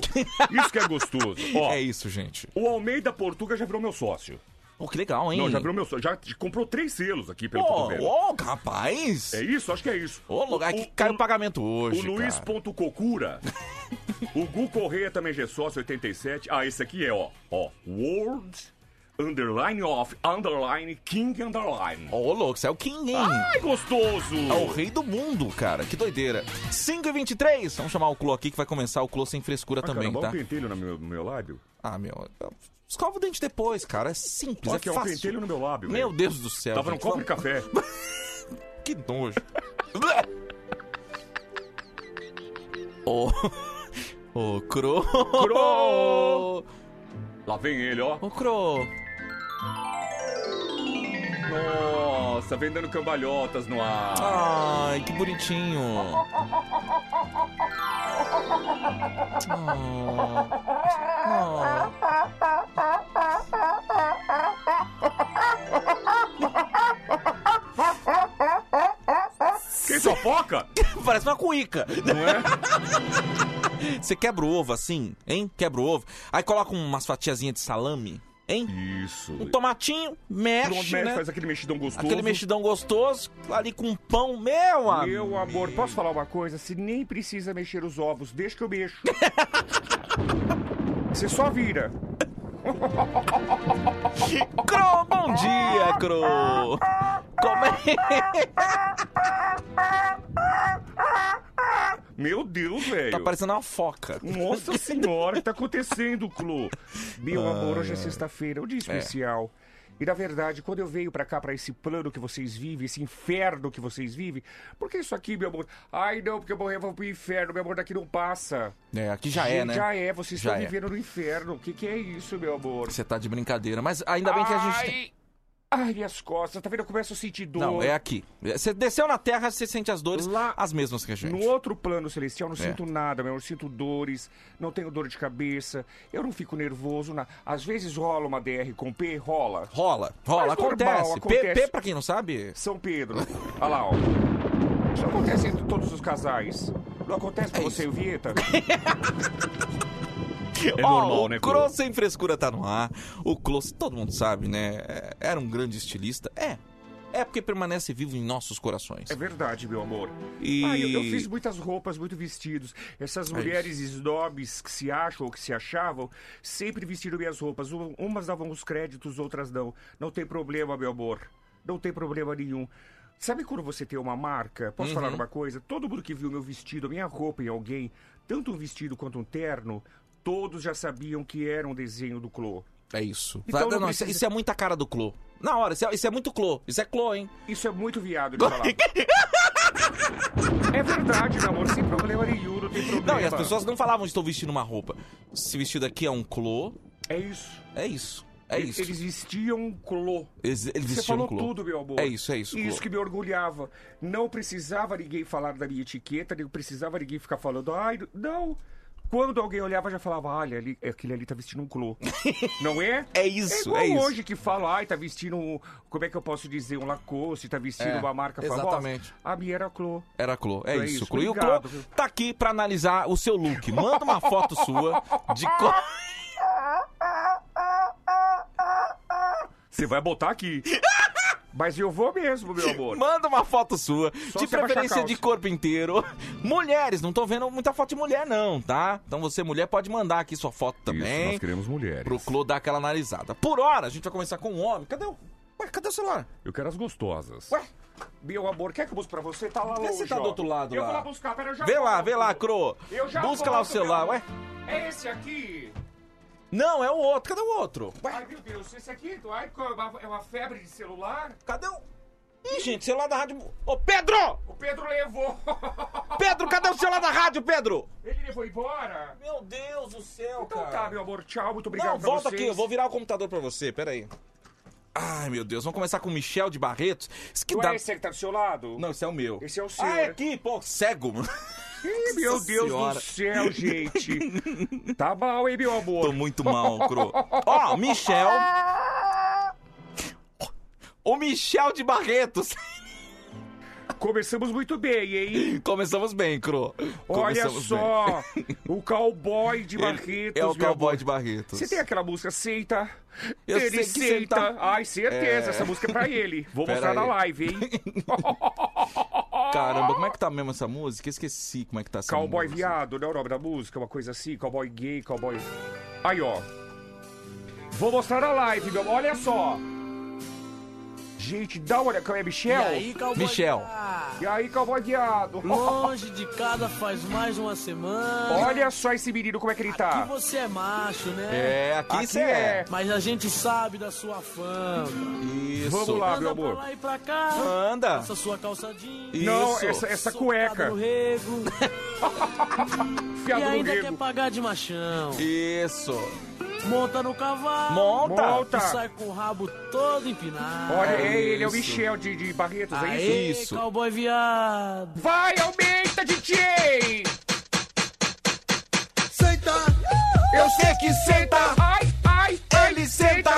Speaker 6: Isso que é gostoso. Ó,
Speaker 1: É isso, gente.
Speaker 6: o Almeida Portuga já virou meu sócio.
Speaker 1: Oh, que legal, hein?
Speaker 6: Não, já virou meu sócio. Já t- comprou três selos aqui pelo
Speaker 1: Ô,
Speaker 6: cotovelo.
Speaker 1: ô, rapaz!
Speaker 6: É isso? Acho que é isso.
Speaker 1: Ô, lugar
Speaker 6: O-
Speaker 1: que
Speaker 6: o-
Speaker 1: caiu o pagamento
Speaker 6: O
Speaker 1: hoje.
Speaker 6: Luiz
Speaker 1: cara.
Speaker 6: ponto Cocura. o Gu Correia também já é sócio, 87. Ah, esse aqui é, ó. Ó, World Underline of Underline King Underline.
Speaker 1: Ô, louco, isso é o King, hein?
Speaker 6: Ai, gostoso!
Speaker 1: É o rei do mundo, cara. Que doideira. 5 e 23 Vamos chamar o Clô aqui que vai começar o Clô sem frescura
Speaker 6: Ah,
Speaker 1: também,
Speaker 6: caramba,
Speaker 1: tá?
Speaker 6: um pentelho no meu, no meu lábio?
Speaker 1: Ah, meu. Escova o dente depois, cara. É simples,
Speaker 6: Olha
Speaker 1: é
Speaker 6: aqui, é um
Speaker 1: fácil.
Speaker 6: pentelho no meu lábio.
Speaker 1: Meu
Speaker 6: velho.
Speaker 1: Deus do céu.
Speaker 6: Tava num
Speaker 1: gente,
Speaker 6: copo de
Speaker 1: vamos-
Speaker 6: café.
Speaker 1: Que nojo. Ô. Ô, Cro.
Speaker 6: Cro. Lá vem ele, ó.
Speaker 1: Ô, Cro.
Speaker 6: Nossa, vem dando cambalhotas no ar.
Speaker 1: Ai, que bonitinho. Ah.
Speaker 9: Quem sofoca?
Speaker 1: Parece uma cuíca. Não é? Você quebra o ovo assim, hein? Quebra o ovo. Aí coloca umas fatiazinhas de salame, hein?
Speaker 9: Isso.
Speaker 1: Um tomatinho,
Speaker 9: Pronto,
Speaker 1: mexe,
Speaker 9: mexe,
Speaker 1: né?
Speaker 9: faz aquele mexidão gostoso.
Speaker 1: Aquele mexidão gostoso, ali com um pão, meu amigo.
Speaker 9: Meu amor, posso falar uma coisa? Se nem precisa mexer os ovos, deixa que eu mexo. Você só vira.
Speaker 1: Cro, bom dia, Cro. Como é?
Speaker 9: Meu Deus, velho.
Speaker 1: Tá parecendo uma foca.
Speaker 9: Nossa senhora, o que tá acontecendo, Clô? Meu amor, hoje é sexta-feira, um dia especial. E na verdade, quando eu veio pra cá, pra esse plano que vocês vivem, esse inferno que vocês vivem, por que isso aqui, meu amor? Ai não, porque eu morrer, eu vou pro inferno, meu amor, daqui não passa.
Speaker 1: É, aqui já
Speaker 9: Gente,
Speaker 1: é, né?
Speaker 9: Já é, vocês
Speaker 1: Já
Speaker 9: estão
Speaker 1: é.
Speaker 9: vivendo no inferno. O que, que é isso, meu amor?
Speaker 1: Você tá de brincadeira, mas ainda bem que a gente tem...
Speaker 9: Ai, ai, minhas costas, tá vendo? Eu começo a sentir dor.
Speaker 1: Não, é aqui. Você desceu na terra, você sente as dores,
Speaker 9: Lá-
Speaker 1: as mesmas que a gente. É.
Speaker 9: No outro plano celestial, eu não sinto nada, meu. Eu não sinto dores, não tenho dor de cabeça, eu não fico nervoso. na- Às vezes rola uma DR com P, rola.
Speaker 1: Rola, rola,
Speaker 9: Mas normal,
Speaker 1: acontece.
Speaker 9: acontece. É
Speaker 1: P, P, pra quem não sabe,
Speaker 9: São Pedro. Olha lá, ó. Isso acontece entre todos os casais. Não acontece pra
Speaker 1: É
Speaker 9: você,
Speaker 1: isso.
Speaker 9: Vieta?
Speaker 1: É
Speaker 9: normal, né,
Speaker 1: O
Speaker 9: Clô?
Speaker 1: Clô sem frescura tá no ar. O Clô, todo mundo sabe, né? é- Era um grande estilista. É. É porque permanece vivo em nossos corações.
Speaker 9: É verdade, meu amor.
Speaker 1: E-
Speaker 9: Ah, eu, eu fiz muitas roupas, muitos vestidos. Essas mulheres snobs que se acham ou que se achavam sempre vestiram minhas roupas. Um- Umas davam os créditos, outras não. Não tem problema, meu amor. Não tem problema nenhum. Sabe quando você tem uma marca? Posso falar uma coisa? Todo mundo que viu meu vestido, a minha roupa em alguém, tanto um vestido quanto um terno, todos já sabiam que era um desenho do Clô.
Speaker 1: É isso.
Speaker 9: Então
Speaker 1: Vai-
Speaker 9: não
Speaker 1: não, isso,
Speaker 9: precisa-
Speaker 1: isso é muita cara do Clô. Na hora, isso é, isso é muito Clô. Isso é Clô, hein?
Speaker 9: Isso é muito viado de falar. é verdade, meu amor. Sem problema nenhum, não tem problema.
Speaker 1: Não, e as pessoas não falavam estou vestindo uma roupa. Esse vestido aqui é um Clô.
Speaker 9: É isso.
Speaker 1: É isso. É
Speaker 9: Eles-
Speaker 1: isso.
Speaker 9: Eles vestiam um clô.
Speaker 1: Eles, eles
Speaker 9: Você
Speaker 1: vestiam
Speaker 9: falou
Speaker 1: Clô.
Speaker 9: tudo, meu amor.
Speaker 1: É isso, é isso.
Speaker 9: E
Speaker 1: Clô.
Speaker 9: Isso que me orgulhava. Não precisava ninguém falar da minha etiqueta, não precisava ninguém ficar falando, ai, não. Quando alguém olhava, já falava, "Ah, olha, ali, aquele ali tá vestindo um clô. não é?
Speaker 1: É
Speaker 9: é
Speaker 1: isso,
Speaker 9: igual
Speaker 1: é isso.
Speaker 9: hoje que falam, ai, tá vestindo, um, como é que eu posso dizer, um Lacoste, tá vestindo
Speaker 1: É,
Speaker 9: uma marca
Speaker 1: exatamente.
Speaker 9: famosa. A minha era clô.
Speaker 1: Era Clô, é,
Speaker 9: É
Speaker 1: isso,
Speaker 9: isso,
Speaker 1: Clô. E o Clô
Speaker 9: obrigado, viu?
Speaker 1: tá aqui pra analisar o seu look. Manda uma foto sua de co-
Speaker 9: Você vai botar aqui. Mas eu vou mesmo, meu amor.
Speaker 1: Manda uma foto sua,
Speaker 9: Só
Speaker 1: de
Speaker 9: você abaixar a
Speaker 1: preferência
Speaker 9: calça.
Speaker 1: de corpo inteiro. Mulheres, não tô vendo muita foto de mulher, não, tá? Então você, mulher, pode mandar aqui sua foto também.
Speaker 9: queremos mulheres.
Speaker 1: pro Clô dar aquela analisada. Por hora, a gente vai começar com um homem. Cadê o. Ué, cadê o celular?
Speaker 9: Eu quero as gostosas. Ué, meu amor, quer que eu busque pra você? Tá lá
Speaker 1: Vê
Speaker 9: longe,
Speaker 1: se tá
Speaker 9: ó.
Speaker 1: do outro lado
Speaker 9: Eu
Speaker 1: lá.
Speaker 9: vou lá buscar, pera, eu já
Speaker 1: Vê lá,
Speaker 9: volto.
Speaker 1: vê lá, Cro.
Speaker 9: Eu já
Speaker 1: Busca lá o
Speaker 9: volto,
Speaker 1: celular,
Speaker 9: meu
Speaker 1: ué.
Speaker 9: É esse aqui?
Speaker 1: Não, é o outro. Cadê o outro? Ué,
Speaker 9: Ai, meu Deus, esse aqui do Icon é uma- é uma febre de celular?
Speaker 1: cadê o. Ih, gente, celular da rádio. Ô, Pedro!
Speaker 9: O Pedro levou.
Speaker 1: Pedro, cadê o celular da rádio, Pedro?
Speaker 9: Ele levou embora?
Speaker 1: Meu Deus do céu,
Speaker 9: Então tá, meu amor, tchau, muito obrigado
Speaker 1: Não,
Speaker 9: pra
Speaker 1: volta
Speaker 9: vocês.
Speaker 1: aqui, eu vou virar o computador pra você, peraí. Ai, meu Deus, vamos começar com o Michel de Barretos. Isso que
Speaker 9: Não
Speaker 1: dá...
Speaker 9: é esse que tá do seu lado?
Speaker 1: Não, esse é o meu.
Speaker 9: Esse é o seu,
Speaker 1: Ah,
Speaker 9: né?
Speaker 1: é aqui, pô, cego, mano.
Speaker 9: Ih, meu
Speaker 1: Nossa
Speaker 9: Deus
Speaker 1: Senhora.
Speaker 9: do céu, gente. tá mal, hein, meu amor?
Speaker 1: Tô muito mal, Cro. Ó, Michel. O Michel de Barretos.
Speaker 9: Começamos muito bem, hein?
Speaker 1: Começamos bem, Cro.
Speaker 9: Olha
Speaker 1: Começamos
Speaker 9: só, o cowboy de
Speaker 1: bem. Ele
Speaker 9: Barretos.
Speaker 1: é o
Speaker 9: meu
Speaker 1: cowboy
Speaker 9: amor.
Speaker 1: de Barretos.
Speaker 9: Você tem aquela música Seita?
Speaker 1: Eu
Speaker 9: ele
Speaker 1: sei que você
Speaker 9: seita.
Speaker 1: tá-
Speaker 9: Ai, certeza,
Speaker 1: É.
Speaker 9: essa música é pra ele. Vou
Speaker 1: Pera
Speaker 9: mostrar na
Speaker 1: aí.
Speaker 9: live, hein?
Speaker 1: Caramba, como é que tá mesmo essa música? Esqueci como é que tá essa
Speaker 9: cowboy
Speaker 1: música.
Speaker 9: viado, não é o nome da música? Uma coisa assim, cowboy gay, cowboy. Aí, ó. Vou mostrar na live, meu. Olha só. Gente, dá uma olhada. Qual é, Michel?
Speaker 1: Michel.
Speaker 9: E aí, cowboy viado?
Speaker 10: Longe de casa faz mais uma semana.
Speaker 9: Olha só esse menino, como é que ele
Speaker 10: Que
Speaker 9: tá.
Speaker 10: você é macho, né?
Speaker 1: É, aqui
Speaker 9: Aqui
Speaker 1: você
Speaker 9: é.
Speaker 1: é.
Speaker 10: Mas a gente sabe da sua fama.
Speaker 1: Isso.
Speaker 9: Vamos lá, meu
Speaker 10: Anda pra
Speaker 9: amor.
Speaker 10: lá e pra cá.
Speaker 1: Anda.
Speaker 10: Essa sua calçadinha.
Speaker 1: Isso.
Speaker 9: Não, essa, essa cueca.
Speaker 10: No rego, e
Speaker 9: Fiado no
Speaker 10: ainda quer
Speaker 9: rego.
Speaker 10: pagar de machão.
Speaker 1: Isso.
Speaker 10: Monta no cavalo.
Speaker 1: Monta.
Speaker 9: Monta.
Speaker 10: E sai com o rabo todo empinado.
Speaker 9: Olha,
Speaker 1: É
Speaker 9: é ele, é o
Speaker 1: isso.
Speaker 9: Michel de, de Barretos, é isso?
Speaker 10: Aê,
Speaker 1: isso.
Speaker 10: cowboy viado.
Speaker 9: Vai, aumenta, DJ!
Speaker 11: senta. Eu sei que
Speaker 9: Tá.
Speaker 11: senta. Ai, ai, ele senta.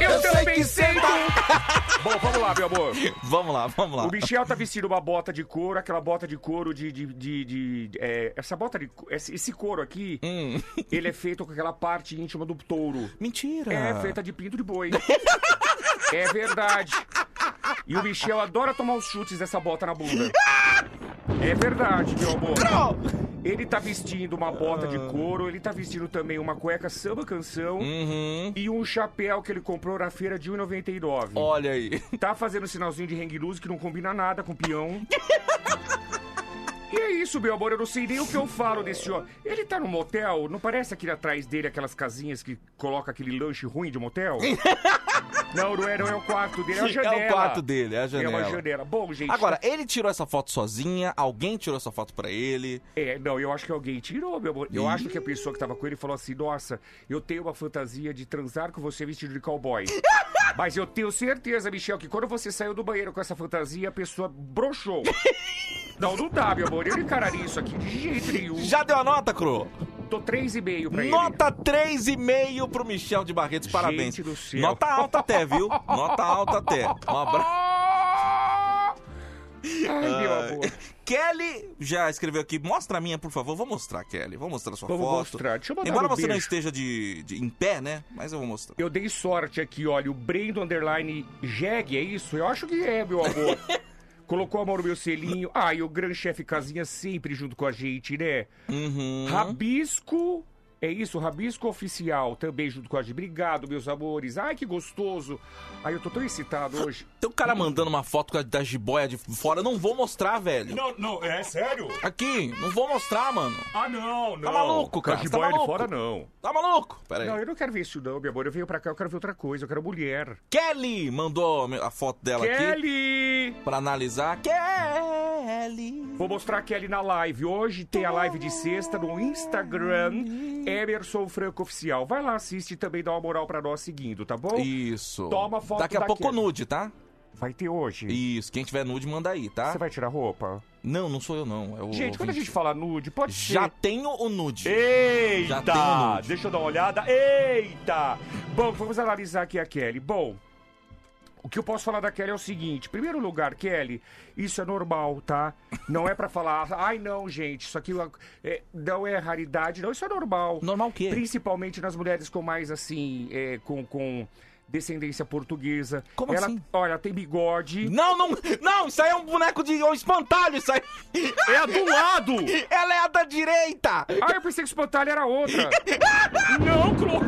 Speaker 9: Eu
Speaker 11: Eu sei
Speaker 9: também
Speaker 11: que
Speaker 9: sento. Bom, vamos lá, meu amor.
Speaker 1: Vamos lá, vamos lá.
Speaker 9: O Michel tá vestindo uma bota de couro, aquela bota de couro de. de, de- de- é, essa bota de. co- Esse, esse couro aqui,
Speaker 11: Hum.
Speaker 9: ele é feito com aquela parte íntima do touro.
Speaker 1: Mentira!
Speaker 9: É feita de pinto de boi. é verdade. E o Michel adora tomar os chutes dessa bota na bunda. É verdade, meu amor. Ele tá vestindo uma bota de couro, ele tá vestindo também uma cueca samba canção
Speaker 1: Hum. Uhum.
Speaker 9: e um chapéu que ele comprou na feira de 1,99.
Speaker 1: Olha aí.
Speaker 9: Tá fazendo sinalzinho de hang loose que não combina nada com o peão. E é isso, meu amor, eu não sei nem o que eu falo desse homem. Ele tá no motel, não parece aquele atrás dele, aquelas casinhas que coloca aquele lanche ruim de motel? não, não é, não é o quarto dele, é a
Speaker 1: Sim,
Speaker 9: janela.
Speaker 1: É o quarto dele, é a
Speaker 9: É
Speaker 1: janela.
Speaker 9: uma janela. Bom, gente...
Speaker 1: Agora, ele tirou essa foto sozinha, alguém tirou essa foto pra ele.
Speaker 9: É, não, eu acho que alguém tirou, meu amor. Eu
Speaker 1: Ih.
Speaker 9: acho que a pessoa que tava com ele falou assim: Nossa, eu tenho uma fantasia de transar com você vestido de cowboy. Mas eu tenho certeza, Michel, que quando você saiu do banheiro com essa fantasia, a pessoa broxou. não, não dá, meu amor. Eu não encararia isso aqui de jeito nenhum.
Speaker 1: Já deu a nota, Cro?
Speaker 9: Tô 3,5 pra ele.
Speaker 1: Nota 3,5 pro Michel de Barretos, parabéns.
Speaker 9: do céu.
Speaker 1: Nota alta até, viu? Nota alta até.
Speaker 9: Ah!
Speaker 1: Um abraço.
Speaker 9: Ai, meu amor.
Speaker 1: Kelly já escreveu aqui. Mostra a minha, por favor. Vou mostrar, Kelly. Vou mostrar sua
Speaker 9: Vamos
Speaker 1: foto.
Speaker 9: mostrar. Deixa eu mandar
Speaker 1: Embora
Speaker 9: um
Speaker 1: você não
Speaker 9: beijo.
Speaker 1: esteja de, de- em pé, né? Mas eu vou mostrar.
Speaker 9: Eu dei sorte aqui, olha, o Brendo Underline Jeg, é isso? Eu acho que é, meu amor. Colocou amor no meu selinho. Ah, e o grande chefe Casinha sempre junto com a gente, né?
Speaker 1: Uhum.
Speaker 9: Rabisco, é isso, Rabisco Oficial também junto com a gente. Obrigado, meus amores. Ai, que gostoso. Ai, eu tô tão excitado hoje.
Speaker 1: Tem um cara mandando uma foto com a- da jiboia de fora. Eu não vou mostrar, velho.
Speaker 4: Não, não, é sério?
Speaker 1: Aqui, não vou mostrar, mano.
Speaker 4: Ah, não, não.
Speaker 1: Tá maluco, cara?
Speaker 9: Mas de
Speaker 1: Tá
Speaker 9: boia Ah, de
Speaker 1: maluco?
Speaker 9: fora, não.
Speaker 1: Tá maluco? Pera aí.
Speaker 9: Não, eu não quero ver isso não, meu amor. Eu venho pra cá, eu quero ver outra coisa. Eu quero mulher.
Speaker 1: Kelly mandou a foto dela aqui
Speaker 9: Kelly!
Speaker 1: pra analisar. Kelly.
Speaker 9: Vou mostrar a Kelly na live. Hoje tem a live de sexta no Instagram, Emerson Franco Oficial. Vai lá, assiste e também dá uma moral pra nós seguindo, tá bom?
Speaker 1: Isso.
Speaker 9: Toma foto
Speaker 1: Daqui a
Speaker 9: da
Speaker 1: pouco
Speaker 9: Kelly.
Speaker 1: nude, tá?
Speaker 9: Vai ter hoje.
Speaker 1: Isso. Quem tiver nude, manda aí, tá?
Speaker 9: Você vai tirar roupa?
Speaker 1: Não, não sou eu, não. É o
Speaker 9: gente, quando a
Speaker 1: ouvinte.
Speaker 9: gente fala assim- nude, pode
Speaker 1: Já
Speaker 9: ser.
Speaker 1: tenho o nude.
Speaker 9: Eita!
Speaker 1: Já tem um o nude.
Speaker 9: Deixa eu dar uma olhada. Eita! Bom, vamos analisar aqui a Kelly. Bom, o que eu posso falar da Kelly é o seguinte: primeiro lugar, Kelly, isso é normal, tá? Não é pra falar, ai não, gente, isso aqui é- não é raridade, não, isso é normal.
Speaker 1: Normal o quê?
Speaker 9: Principalmente nas mulheres com mais assim, é, com. com descendência portuguesa.
Speaker 1: Como
Speaker 9: ela,
Speaker 1: assim?
Speaker 9: Olha, tem bigode.
Speaker 1: Não, não, não, isso aí é um boneco de um espantalho, isso aí.
Speaker 9: É a do lado!
Speaker 1: Ela é a da direita.
Speaker 9: Ah, eu pensei que o espantalho era outra. Não, Clo-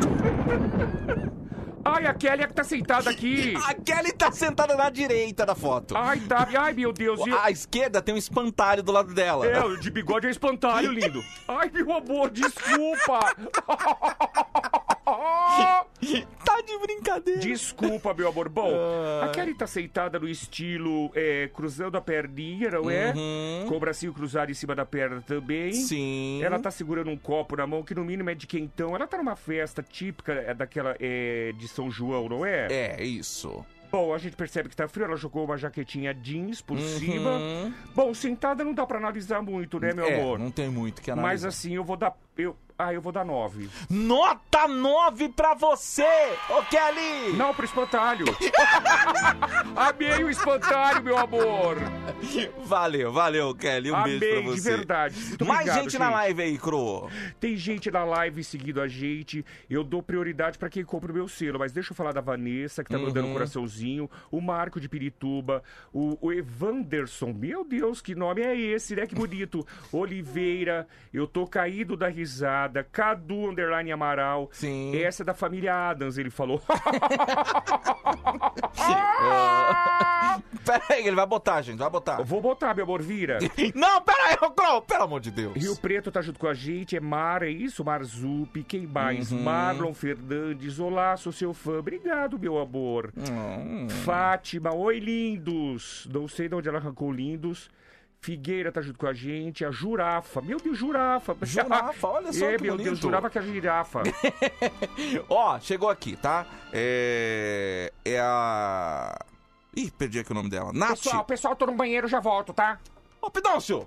Speaker 9: Ai, a Kelly é que tá sentada aqui.
Speaker 1: A Kelly tá sentada na direita da foto.
Speaker 9: Ai, tá. Ai, meu Deus. E...
Speaker 1: À esquerda tem um espantalho do lado dela.
Speaker 9: É, o de bigode é espantalho, lindo. Ai, meu amor, desculpa.
Speaker 1: Tá de brincadeira.
Speaker 9: Desculpa, meu amor. Bom, a Kelly tá sentada no estilo é, cruzando a perninha, não é?
Speaker 1: Uhum.
Speaker 9: Com o bracinho cruzado em cima da perna também.
Speaker 1: Sim.
Speaker 9: Ela tá segurando um copo na mão que no mínimo é de quentão. Ela tá numa festa típica é, daquela é, de São João, não é?
Speaker 1: É, isso.
Speaker 9: Bom, a gente percebe que tá frio, ela jogou uma jaquetinha jeans por
Speaker 1: Uhum.
Speaker 9: cima. Bom, sentada não dá pra analisar muito, né, meu
Speaker 1: é,
Speaker 9: amor?
Speaker 1: não tem muito que
Speaker 9: Mas
Speaker 1: analisar.
Speaker 9: assim, eu vou dar. Eu... Ah, eu vou dar nove.
Speaker 1: Nota 9 pra você, ô Kelly.
Speaker 9: Não, pro espantalho! Amei o espantalho, meu amor!
Speaker 1: Valeu, valeu, Kelly. Um beijo
Speaker 9: Amei,
Speaker 1: pra
Speaker 9: de
Speaker 1: você.
Speaker 9: verdade. Muito
Speaker 1: Mais
Speaker 9: obrigado,
Speaker 1: gente, na live aí, Cro.
Speaker 9: Tem gente na live seguindo a gente. Eu dou prioridade pra quem compra o meu selo. Mas deixa eu falar da Vanessa, que tá mandando um coraçãozinho. O Marco de Pirituba. O, o Evanderson. Meu Deus, que nome é esse, né? Que bonito. Oliveira. Eu tô caído da risada. Cadu Underline Amaral.
Speaker 1: Sim.
Speaker 9: Essa é da família Adams, ele falou.
Speaker 1: Pera aí, ele vai botar, gente, vai botar.
Speaker 9: Eu Vou botar, meu amor, vira.
Speaker 1: Não, pera aí, ô Cro, pelo amor de Deus.
Speaker 9: Rio Preto tá junto com a gente, é Mar, é isso? Marzup, quem mais?
Speaker 1: Uhum.
Speaker 9: Marlon Fernandes, olá, sou seu fã, obrigado, meu amor.
Speaker 1: Hum.
Speaker 9: Fátima, oi, lindos. Não sei de onde ela arrancou lindos. Figueira tá junto com a gente, a Jurafa, meu Deus, Jurafa.
Speaker 1: Jurafa, olha só
Speaker 9: É,
Speaker 1: que
Speaker 9: meu
Speaker 1: bonito.
Speaker 9: Deus, Jurafa que é a Girafa.
Speaker 1: Ó, chegou aqui, tá? É. É a. Ih, perdi aqui o nome dela. Nath.
Speaker 9: pessoal, pessoal, tô no banheiro, já volto, tá?
Speaker 1: Ô, Pidoncio!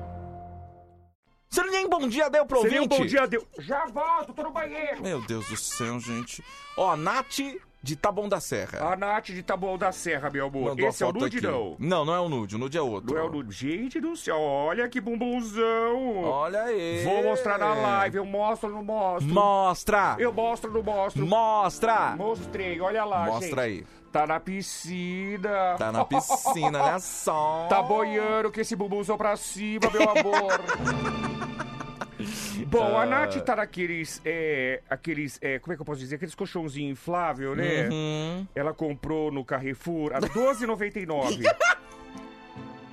Speaker 1: Você nem bom dia deu pro
Speaker 9: Você nem
Speaker 1: ouvinte.
Speaker 9: um bom dia deu. Já volto, tô no banheiro.
Speaker 1: Meu Deus do céu, gente. Ó, Nath de Taboão da Serra.
Speaker 9: A Nath de Taboão da Serra, meu amor.
Speaker 1: Mandou a
Speaker 9: Esse é Ah, o
Speaker 1: foto
Speaker 9: nude,
Speaker 1: aqui.
Speaker 9: não?
Speaker 1: Não, não é o nude. O nude é outro.
Speaker 9: Não é o nude. Gente do céu, olha que bumbumzão.
Speaker 1: Olha aí.
Speaker 9: Vou mostrar na live. Eu mostro ou não mostro?
Speaker 1: Mostra.
Speaker 9: Eu mostro ou não mostro?
Speaker 1: Mostra.
Speaker 9: Mostrei, olha lá, gente.
Speaker 1: Mostra aí.
Speaker 9: Tá na piscina.
Speaker 1: Tá na piscina, olha só.
Speaker 9: Tá boiando com esse bumbumzão pra cima, meu amor. Bom,
Speaker 1: Ah.
Speaker 9: a Nath tá naqueles. É, aqueles. é, como é que eu posso dizer? Aqueles colchãozinhos infláveis, né?
Speaker 1: Uhum.
Speaker 9: Ela comprou no Carrefour a R$12,99.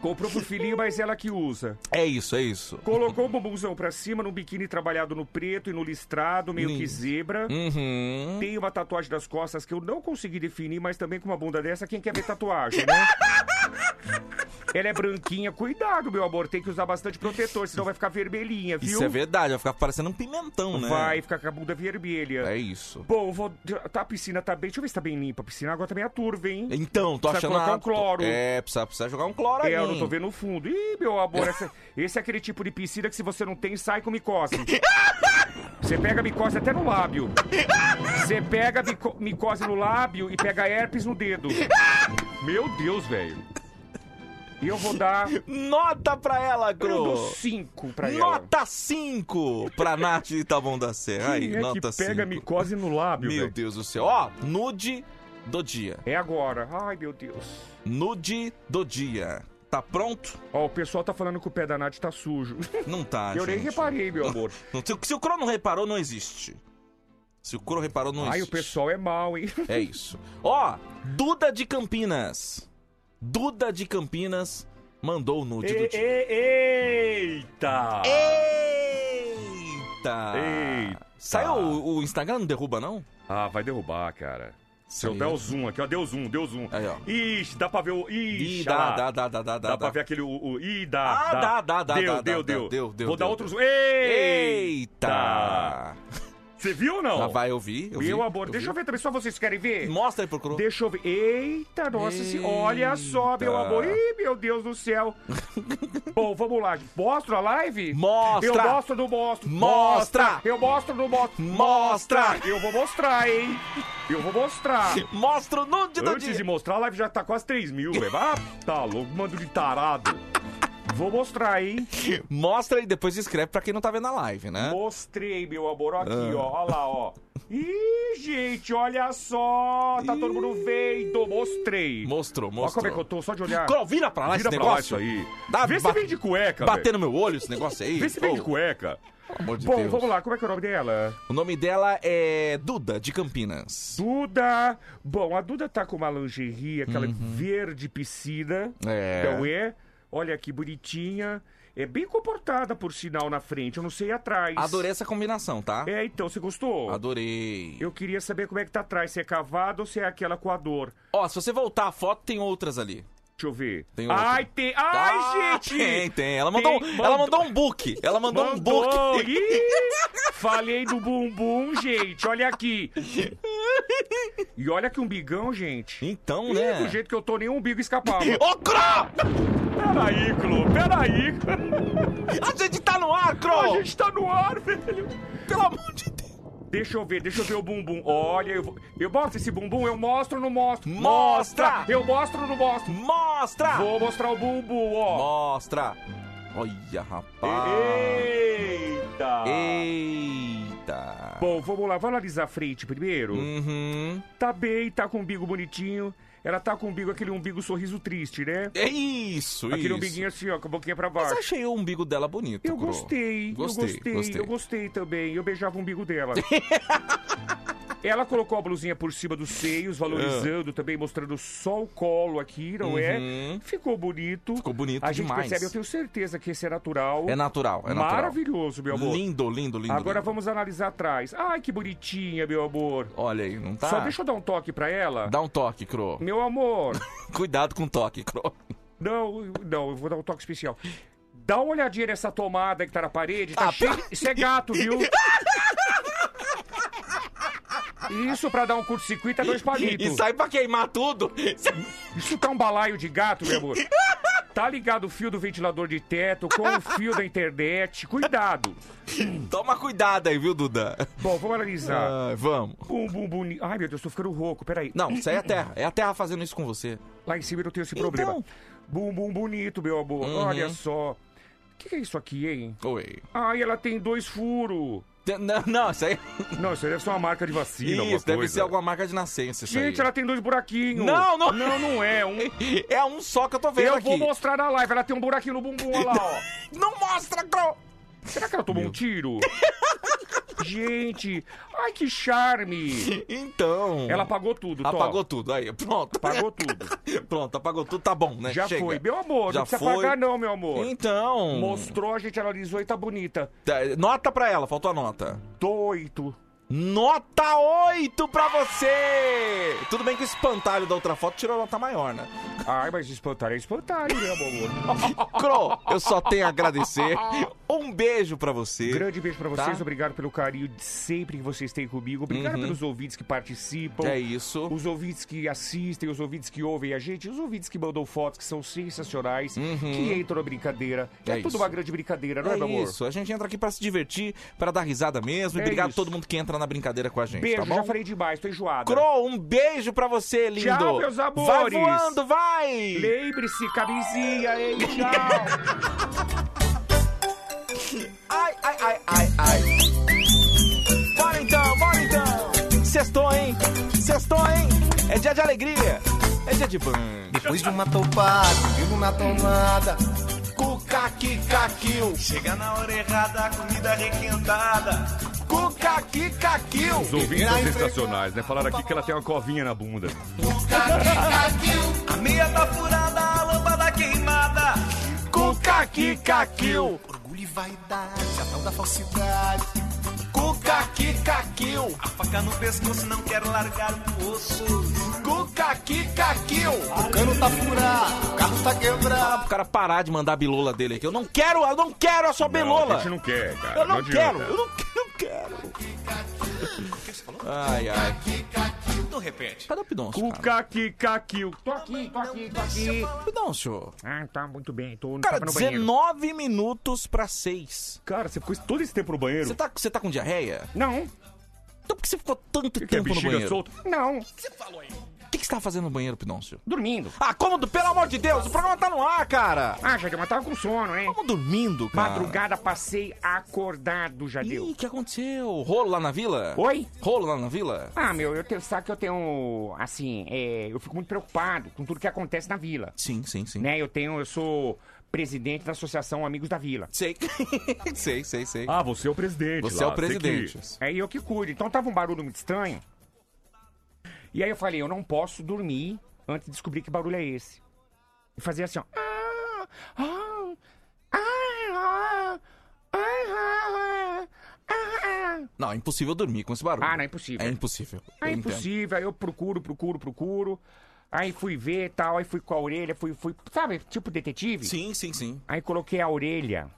Speaker 9: comprou pro filhinho, mas ela que usa.
Speaker 1: É isso, é isso.
Speaker 9: Colocou o bumbumzão pra cima num biquíni trabalhado no preto e no listrado, meio que
Speaker 1: Lindo.
Speaker 9: zebra.
Speaker 1: Uhum.
Speaker 9: Tem uma tatuagem das costas que eu não consegui definir, mas também com uma bunda dessa, quem quer ver tatuagem, né? Ela é branquinha, cuidado, meu amor, tem que usar bastante protetor, senão vai ficar vermelhinha, viu?
Speaker 1: Isso é verdade, vai ficar parecendo um pimentão, né?
Speaker 9: Vai ficar com a bunda vermelha.
Speaker 1: É isso.
Speaker 9: Bom, vou. Tá, a piscina tá bem. Deixa eu ver se tá bem limpa. A piscina agora tá meio turva, hein?
Speaker 1: Então, tô
Speaker 9: Precisa
Speaker 1: achando.
Speaker 9: colocar
Speaker 1: a-
Speaker 9: um cloro.
Speaker 1: É, precisa, precisa jogar um cloro aí.
Speaker 9: É, eu não tô vendo o fundo. Ih, meu amor, essa- esse é aquele tipo de piscina que se você não tem, sai com micose. Você pega micose até no lábio. Você pega mico- micose no lábio e pega herpes no dedo. Meu Deus, velho. E eu vou dar.
Speaker 1: Nota pra ela,
Speaker 9: Eu
Speaker 1: Cro.
Speaker 9: dou 5 pra ela.
Speaker 1: Nota 5 pra Nath de Taboão da Serra. Aí,
Speaker 9: Quem é que
Speaker 1: nota 5.
Speaker 9: pega micose no lábio,
Speaker 1: Meu
Speaker 9: velho?
Speaker 1: Deus do céu. Ó, nude do dia.
Speaker 9: É agora. Ai, meu Deus.
Speaker 1: Nude do dia. Tá pronto?
Speaker 9: Ó, o pessoal tá falando que o pé da Nath tá sujo.
Speaker 1: Não tá,
Speaker 9: eu nem
Speaker 1: gente.
Speaker 9: reparei, meu amor.
Speaker 1: Não, se, se o Cro não reparou, não existe. Se o Cro reparou, não
Speaker 9: Ai, o
Speaker 1: existe.
Speaker 9: pessoal é mal, hein?
Speaker 1: É isso. Ó, Duda de Campinas. Duda de Campinas mandou o nude do dia.
Speaker 9: Eita!
Speaker 1: Eita!
Speaker 9: Eita!
Speaker 1: Saiu o, o Instagram, não derruba, não?
Speaker 9: Ah, vai derrubar, cara. Se eu der o zoom aqui, ó, deu zoom, deu zoom.
Speaker 1: Aí, ó.
Speaker 9: Ixi, dá pra ver o. Ixi,
Speaker 1: Ih,
Speaker 9: olha
Speaker 1: dá,
Speaker 9: lá.
Speaker 1: dá, dá, dá, dá,
Speaker 9: Dá
Speaker 1: dá.
Speaker 9: pra ver aquele. O, o, ih, dá.
Speaker 1: Ah, dá, dá, dá,
Speaker 9: Deu,
Speaker 1: dá,
Speaker 9: deu,
Speaker 1: dá,
Speaker 9: deu.
Speaker 1: deu, deu,
Speaker 9: Vou dar
Speaker 1: deu,
Speaker 9: outro
Speaker 1: deu.
Speaker 9: zoom. Eita!
Speaker 1: Eita!
Speaker 9: Você viu ou não?
Speaker 1: Ah, vai, eu vi, eu vi.
Speaker 9: Meu amor,
Speaker 1: eu
Speaker 9: deixa
Speaker 1: vi.
Speaker 9: eu ver também, só vocês querem ver?
Speaker 1: Mostra aí pro Cro.
Speaker 9: Deixa eu ver. Eita, nossa senhora. Olha só, meu
Speaker 1: Eita.
Speaker 9: amor. Ih, meu Deus do céu. Bom, vamos lá. Mostro a live?
Speaker 1: Mostra.
Speaker 9: Eu mostro ou não mostro?
Speaker 1: Mostra.
Speaker 9: Eu mostro ou não mostro?
Speaker 1: Mostra.
Speaker 9: Eu vou mostrar, hein? Eu vou mostrar.
Speaker 1: Mostra o nude do
Speaker 9: Antes
Speaker 1: dia.
Speaker 9: de mostrar, a live já tá quase 3 mil, velho. Ah, tá louco, mando de tarado. Vou mostrar, hein?
Speaker 1: Mostra e depois escreve pra quem não tá vendo a live, né?
Speaker 9: Mostrei, meu amor. Ó aqui,
Speaker 1: Ah.
Speaker 9: ó. Ó lá, ó. Ih, gente, olha só. Tá todo mundo vendo. Mostrei.
Speaker 1: Mostrou,
Speaker 9: Olha
Speaker 1: mostrou.
Speaker 9: como é que eu tô, só de olhar.
Speaker 1: Cro, vira pra lá
Speaker 9: Vira
Speaker 1: esse
Speaker 9: pra lá
Speaker 1: negócio.
Speaker 9: isso aí.
Speaker 1: Dá-
Speaker 9: Vê se
Speaker 1: bate-
Speaker 9: vem de cueca,
Speaker 1: Bater
Speaker 9: velho.
Speaker 1: no meu olho esse negócio aí.
Speaker 9: Vê se vem de
Speaker 1: Ô,
Speaker 9: cueca.
Speaker 1: pelo amor de
Speaker 9: Bom,
Speaker 1: Deus.
Speaker 9: vamos lá. Como é que é o nome dela?
Speaker 1: O nome dela é Duda, de Campinas.
Speaker 9: Duda. Bom, a Duda tá com uma lingerie, aquela verde piscina.
Speaker 1: Uhum. É.
Speaker 9: Então é. Olha que bonitinha. É bem comportada, por sinal, na frente. Eu não sei atrás.
Speaker 1: Adorei essa combinação, tá?
Speaker 9: É, então, você gostou?
Speaker 1: Adorei.
Speaker 9: Eu queria saber como é que tá atrás, se é cavado ou se é aquela com a dor.
Speaker 1: Ó, se você voltar a foto, tem outras ali.
Speaker 9: Deixa eu ver.
Speaker 1: Tem outra.
Speaker 9: Ai, tem. Ai,
Speaker 1: Ah,
Speaker 9: gente!
Speaker 1: Tem, tem. Ela mandou,
Speaker 9: Tem-
Speaker 1: ela mandou um book. Ela mandou, um book.
Speaker 9: Ih, falei do bumbum, gente. Olha aqui. E olha que umbigão, gente.
Speaker 1: Então,
Speaker 9: Ih,
Speaker 1: né?
Speaker 9: do jeito que eu tô, nem o umbigo escapava.
Speaker 1: Ô, Cro!
Speaker 9: Peraí, Clô, peraí.
Speaker 1: A gente tá no ar, Cro!
Speaker 9: A gente tá no ar, velho.
Speaker 1: Pelo amor de Deus.
Speaker 9: Deixa eu ver, deixa eu ver o bumbum. Olha, eu, vou- eu mostro esse bumbum, eu mostro ou não mostro?
Speaker 1: Mostra!
Speaker 9: Eu mostro ou não mostro?
Speaker 1: Mostra!
Speaker 9: Vou mostrar o bumbum, ó.
Speaker 1: Mostra! Olha, rapaz.
Speaker 9: Eita!
Speaker 1: Eita! Uhum.
Speaker 9: Bou, vamos lá, vamos analisar a frente primeiro. Tá bem, tá com o umbigo bonitinho. Ela tá com o umbigo, aquele umbigo sorriso triste, né?
Speaker 1: É isso,
Speaker 9: Aquele
Speaker 1: isso.
Speaker 9: umbiguinho assim, ó, com a boquinha pra
Speaker 1: Mas
Speaker 9: baixo.
Speaker 1: achei o umbigo dela bonito,
Speaker 9: Eu
Speaker 1: Cro.
Speaker 9: gostei,
Speaker 1: Gostei,
Speaker 9: eu gostei,
Speaker 1: gostei.
Speaker 9: eu gostei também. Eu beijava o umbigo dela. Ela colocou a blusinha por cima dos seios, valorizando também, mostrando só o colo aqui, não é?
Speaker 1: Ah. Uhum.
Speaker 9: Ficou bonito. Ficou
Speaker 1: bonito
Speaker 9: A gente
Speaker 1: demais.
Speaker 9: percebe, eu tenho certeza que esse é natural.
Speaker 1: É natural, é natural.
Speaker 9: Maravilhoso, meu amor.
Speaker 1: Lindo, lindo, lindo.
Speaker 9: Agora
Speaker 1: lindo.
Speaker 9: vamos analisar atrás. Ai, que bonitinha, meu amor.
Speaker 1: Olha aí, não tá?
Speaker 9: Só deixa eu dar um toque pra ela.
Speaker 1: Dá um toque, Cro.
Speaker 9: Meu amor.
Speaker 1: Cuidado com o toque, Cro.
Speaker 9: Não, eu- não, eu vou dar um toque especial. Dá uma olhadinha nessa tomada que tá na parede,
Speaker 1: Ah,
Speaker 9: tá cheio. Isso é gato, viu? Isso pra dar um curto-circuito é dois palitos.
Speaker 1: E sai pra queimar tudo.
Speaker 9: Isso tá um balaio de gato, meu amor. Tá ligado o fio do ventilador de teto com o fio da internet. Cuidado.
Speaker 1: Toma cuidado aí, viu, Duda?
Speaker 9: Bom, vamos analisar.
Speaker 1: Ah, vamos.
Speaker 9: Bum, bum, bum. ni- Ai, meu Deus, tô ficando rouco, peraí.
Speaker 1: Não, isso aí é a terra. É a terra fazendo isso com você.
Speaker 9: Lá em cima eu não tenho esse problema. Bum, bum, bonito, meu amor.
Speaker 1: Então. Uhum.
Speaker 9: Olha só. O que, que é isso aqui, hein?
Speaker 1: Oi.
Speaker 9: Ai, ela tem dois furos.
Speaker 1: Não, não, isso aí. é
Speaker 9: Não, isso aí deve ser uma marca de vacina.
Speaker 1: Isso,
Speaker 9: alguma
Speaker 1: deve
Speaker 9: coisa.
Speaker 1: ser alguma marca de nascença. Isso
Speaker 9: Gente,
Speaker 1: aí.
Speaker 9: ela tem dois buraquinhos.
Speaker 1: Não, não.
Speaker 9: Não, não é. Um...
Speaker 1: É um só que eu tô vendo
Speaker 9: Eu
Speaker 1: aqui.
Speaker 9: vou mostrar na live. Ela tem um buraquinho no bumbum, olha lá, ó.
Speaker 1: Não mostra, Cro.
Speaker 9: Será que ela tomou um tiro? Gente, ai que charme.
Speaker 1: Então.
Speaker 9: Ela apagou tudo, Tó.
Speaker 1: Apagou tudo, aí, pronto.
Speaker 9: Apagou tudo.
Speaker 1: Pronto, apagou tudo, tá bom, né?
Speaker 9: Já
Speaker 1: Chega.
Speaker 9: foi. Meu amor,
Speaker 1: Já
Speaker 9: não precisa
Speaker 1: foi.
Speaker 9: apagar não, meu amor.
Speaker 1: Então.
Speaker 9: Mostrou, a gente analisou e tá bonita.
Speaker 1: Tá, Nota pra ela, faltou a nota.
Speaker 9: Tô oito.
Speaker 1: Nota 8 pra você! Tudo bem que o espantalho da outra foto tirou nota maior, né?
Speaker 9: Ai, mas espantalho é espantalho, meu amor.
Speaker 1: Cro, eu só tenho a agradecer. Um beijo pra você.
Speaker 9: Grande beijo pra vocês,
Speaker 1: Tá?
Speaker 9: obrigado pelo carinho de sempre que vocês têm comigo. Obrigado
Speaker 1: Uhum.
Speaker 9: pelos ouvintes que participam.
Speaker 1: É isso.
Speaker 9: Os ouvintes que assistem, os ouvintes que ouvem a gente, os ouvintes que mandam fotos que são sensacionais, que entram na brincadeira. É,
Speaker 1: Uhum. É
Speaker 9: tudo
Speaker 1: isso.
Speaker 9: uma grande brincadeira, não é, meu
Speaker 1: É
Speaker 9: amor?
Speaker 1: isso, a gente entra aqui pra se divertir, pra dar risada mesmo.
Speaker 9: É
Speaker 1: e obrigado
Speaker 9: isso.
Speaker 1: a todo mundo que entra na brincadeira com a gente,
Speaker 9: Beijo,
Speaker 1: tá bom?
Speaker 9: já falei demais, tô enjoada.
Speaker 1: Cro, um beijo pra você, lindo.
Speaker 9: Tchau, meus
Speaker 1: Vai
Speaker 9: amores.
Speaker 1: voando, vai!
Speaker 9: Lembre-se, camisinha, hein? Tchau!
Speaker 1: Ai, ai, ai, ai, ai. Bora então, bora então. Sextou, hein? Sextou, hein? É dia de alegria. É dia de banho.
Speaker 11: Depois de uma topada, vivo na tomada. Cuca que caquil. Chega na hora errada, comida requentada. Cuca que caquil.
Speaker 9: Os ouvintes são sensacionais, né? Falaram aqui que ela tem uma covinha na bunda.
Speaker 11: A meia tá furada, a lâmpada queimada. Cuca que caquil. Orgulho e vaidade, a tal da falsidade. Cuca que caquil. A faca no pescoço, não quero largar o osso. Cuca que caquil. O cano tá furado, o carro tá quebrado.
Speaker 1: O cara parar de mandar a bilola dele aqui. Eu não quero, eu não quero a sua bilola.
Speaker 9: a gente não quer, cara.
Speaker 1: eu não,
Speaker 9: adianta.
Speaker 1: quero, eu não quero, não quero. Ai, ai.
Speaker 11: Não repete.
Speaker 1: Cadê o Pidoncio, cara?
Speaker 9: Cuca que caquil. Tô aqui, tô aqui, tô aqui.
Speaker 1: Pidoncio.
Speaker 9: Ah, tá muito bem, tô
Speaker 1: Cara,
Speaker 9: tava no banheiro.
Speaker 1: 19 minutos pra 6.
Speaker 9: Cara, você ficou todo esse tempo no banheiro?
Speaker 1: Você tá, você tá com diarreia?
Speaker 9: Não.
Speaker 1: Então por que você ficou tanto
Speaker 9: Que a
Speaker 1: tempo no
Speaker 9: bexiga
Speaker 1: banheiro?
Speaker 9: solta? Não,
Speaker 1: O que, que você tá fazendo no banheiro, Pidoncio?
Speaker 9: dormindo.
Speaker 1: Ah, como? do- Pelo amor de Deus, o programa tá no ar, cara.
Speaker 9: Ah, Jadeu, mas tava com sono, hein?
Speaker 1: Como dormindo, cara?
Speaker 9: Madrugada passei acordado, Jadeu.
Speaker 1: Ih, o que aconteceu? Rolo lá na vila?
Speaker 9: Oi?
Speaker 1: Rolo lá na vila?
Speaker 9: Ah, meu, eu tenho, sabe que eu tenho, assim, é, eu fico muito preocupado com tudo que acontece na vila,
Speaker 1: Sim, sim, sim.
Speaker 9: né? Eu tenho, eu sou presidente da Associação Amigos da Vila.
Speaker 1: Sei. sei, sei, sei.
Speaker 9: Ah, você é o presidente
Speaker 1: Você é o presidente.
Speaker 9: É eu que cuido. Então tava um barulho muito estranho. E aí eu falei, eu não posso dormir antes de descobrir que barulho é esse. E fazia assim, ó. Ah, ah, ah, ah, ah, ah, ah, ah.
Speaker 1: Não, é impossível dormir com esse barulho.
Speaker 9: Ah, não, é impossível.
Speaker 1: É impossível.
Speaker 9: É
Speaker 1: Eu entendo.
Speaker 9: impossível, aí eu procuro, procuro, procuro. Aí fui ver e tal, aí fui com a orelha, fui, fui, sabe, tipo detetive?
Speaker 1: Sim, sim, sim.
Speaker 9: Aí coloquei a orelha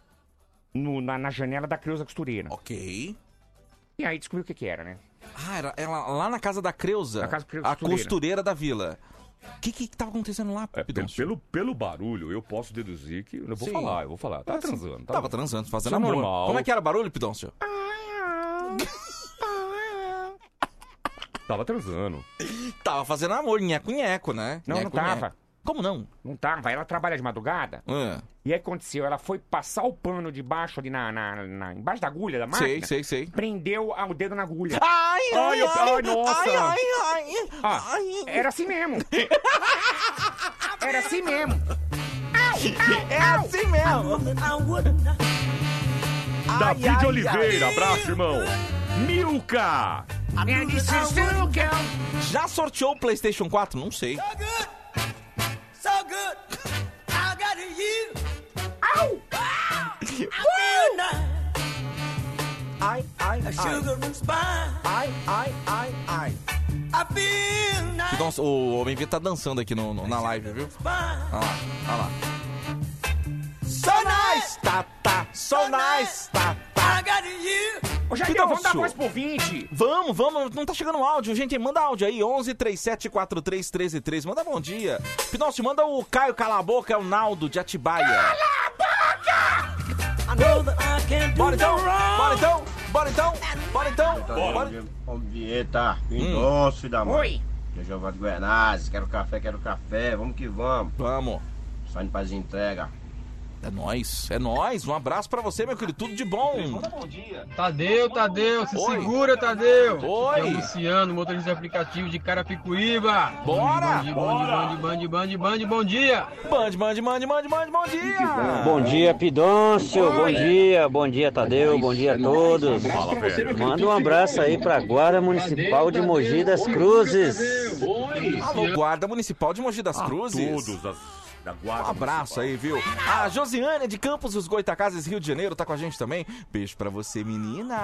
Speaker 9: no- na, na janela da Creuza Costureira.
Speaker 1: Ok.
Speaker 9: E aí descobri o que que era, né?
Speaker 1: Ah, era ela, lá na casa da Creuza.
Speaker 9: Na casa da Creuza,
Speaker 1: a
Speaker 9: costureira.
Speaker 1: costureira da vila. O que que tava acontecendo lá, Pidoncio?
Speaker 12: Pelo, pelo barulho, eu posso deduzir que. Eu vou
Speaker 1: Sim.
Speaker 12: falar, eu vou falar. Tá
Speaker 1: Ah, sim.
Speaker 12: transando, tá?
Speaker 1: Tava
Speaker 12: bom.
Speaker 1: transando, fazendo
Speaker 12: Isso é
Speaker 1: amor.
Speaker 12: normal.
Speaker 1: Como é que era o barulho, Pidoncio?
Speaker 12: Tava transando.
Speaker 1: Tava fazendo amor, nheco, nheco, né?
Speaker 9: Não, não
Speaker 1: Nheco,
Speaker 9: tava.
Speaker 1: nheco. Como não? É.
Speaker 11: Não tava. Então, Ela trabalha de madrugada. E aí aconteceu, ela foi passar o pano debaixo ali na, na, na- embaixo da agulha da máquina.
Speaker 1: Sei, sei, sei.
Speaker 11: Prendeu ah, o dedo na agulha.
Speaker 6: Ai, ai,
Speaker 11: eu-
Speaker 6: ai,
Speaker 11: nossa.
Speaker 6: ai, ai, ai,
Speaker 11: Ah,
Speaker 6: ai.
Speaker 11: Era assim mesmo.
Speaker 6: Era assim mesmo. é assim mesmo.
Speaker 12: David Oliveira, abraço, irmão. Milka!
Speaker 1: Já sorteou o PlayStation 4? Não sei.
Speaker 6: So good. I got you. Ow! Ai, ai, ai. Ai, ai, ai, ai. I feel nice.
Speaker 1: Nossa, o Homem V tá dançando aqui no, no- na live, viu? Olha lá, olha lá.
Speaker 6: So nice, tá, tá, so nice, tá, tá.
Speaker 11: Ô, Jair,
Speaker 1: Fidel,
Speaker 11: vamos dar
Speaker 1: senhor.
Speaker 11: voz pro ouvinte.
Speaker 1: Vamos, vamos, não tá chegando áudio, gente, manda áudio aí, 11 37 43 13 13, manda bom dia. Pinócio, manda o Caio Cala a Boca, é o Naldo de Atibaia. Bora então, bora então, bora então, bora então, bora.
Speaker 13: Bom dia, tá?
Speaker 1: Hum.
Speaker 13: Doce da mãe.
Speaker 1: Oi.
Speaker 13: Eu Giovanni Guernazes, quero café, quero café, vamos que vamos.
Speaker 1: Vamos.
Speaker 13: Saindo pras entregas.
Speaker 1: É nóis, é nóis, um abraço pra você, meu querido, tudo de bom.
Speaker 14: Tadeu, Tadeu, se
Speaker 1: Oi.
Speaker 14: segura, Tadeu.
Speaker 1: Oi.
Speaker 14: Aqui é o Luciano, motorista de aplicativo de Carapicuíba.
Speaker 1: Bora,
Speaker 14: Band,
Speaker 1: bora.
Speaker 14: band, band, band, band, bom dia.
Speaker 1: Band, band, band, band, band, bom dia.
Speaker 7: Bom dia, Pidôncio. Bom
Speaker 1: Oi.
Speaker 7: dia, bom dia, Tadeu. Bom dia a todos.
Speaker 1: Fala, velho.
Speaker 7: Manda um abraço aí pra Guarda Municipal de Mogi das Cruzes.
Speaker 1: Alô, Guarda Municipal de Mogi das
Speaker 12: A
Speaker 1: Cruzes.
Speaker 12: todos das- da Guarda
Speaker 1: Um abraço aí, viu? A Josiane de Campos dos Goitacazes, Rio de Janeiro, tá com a gente também. Beijo pra você, menina.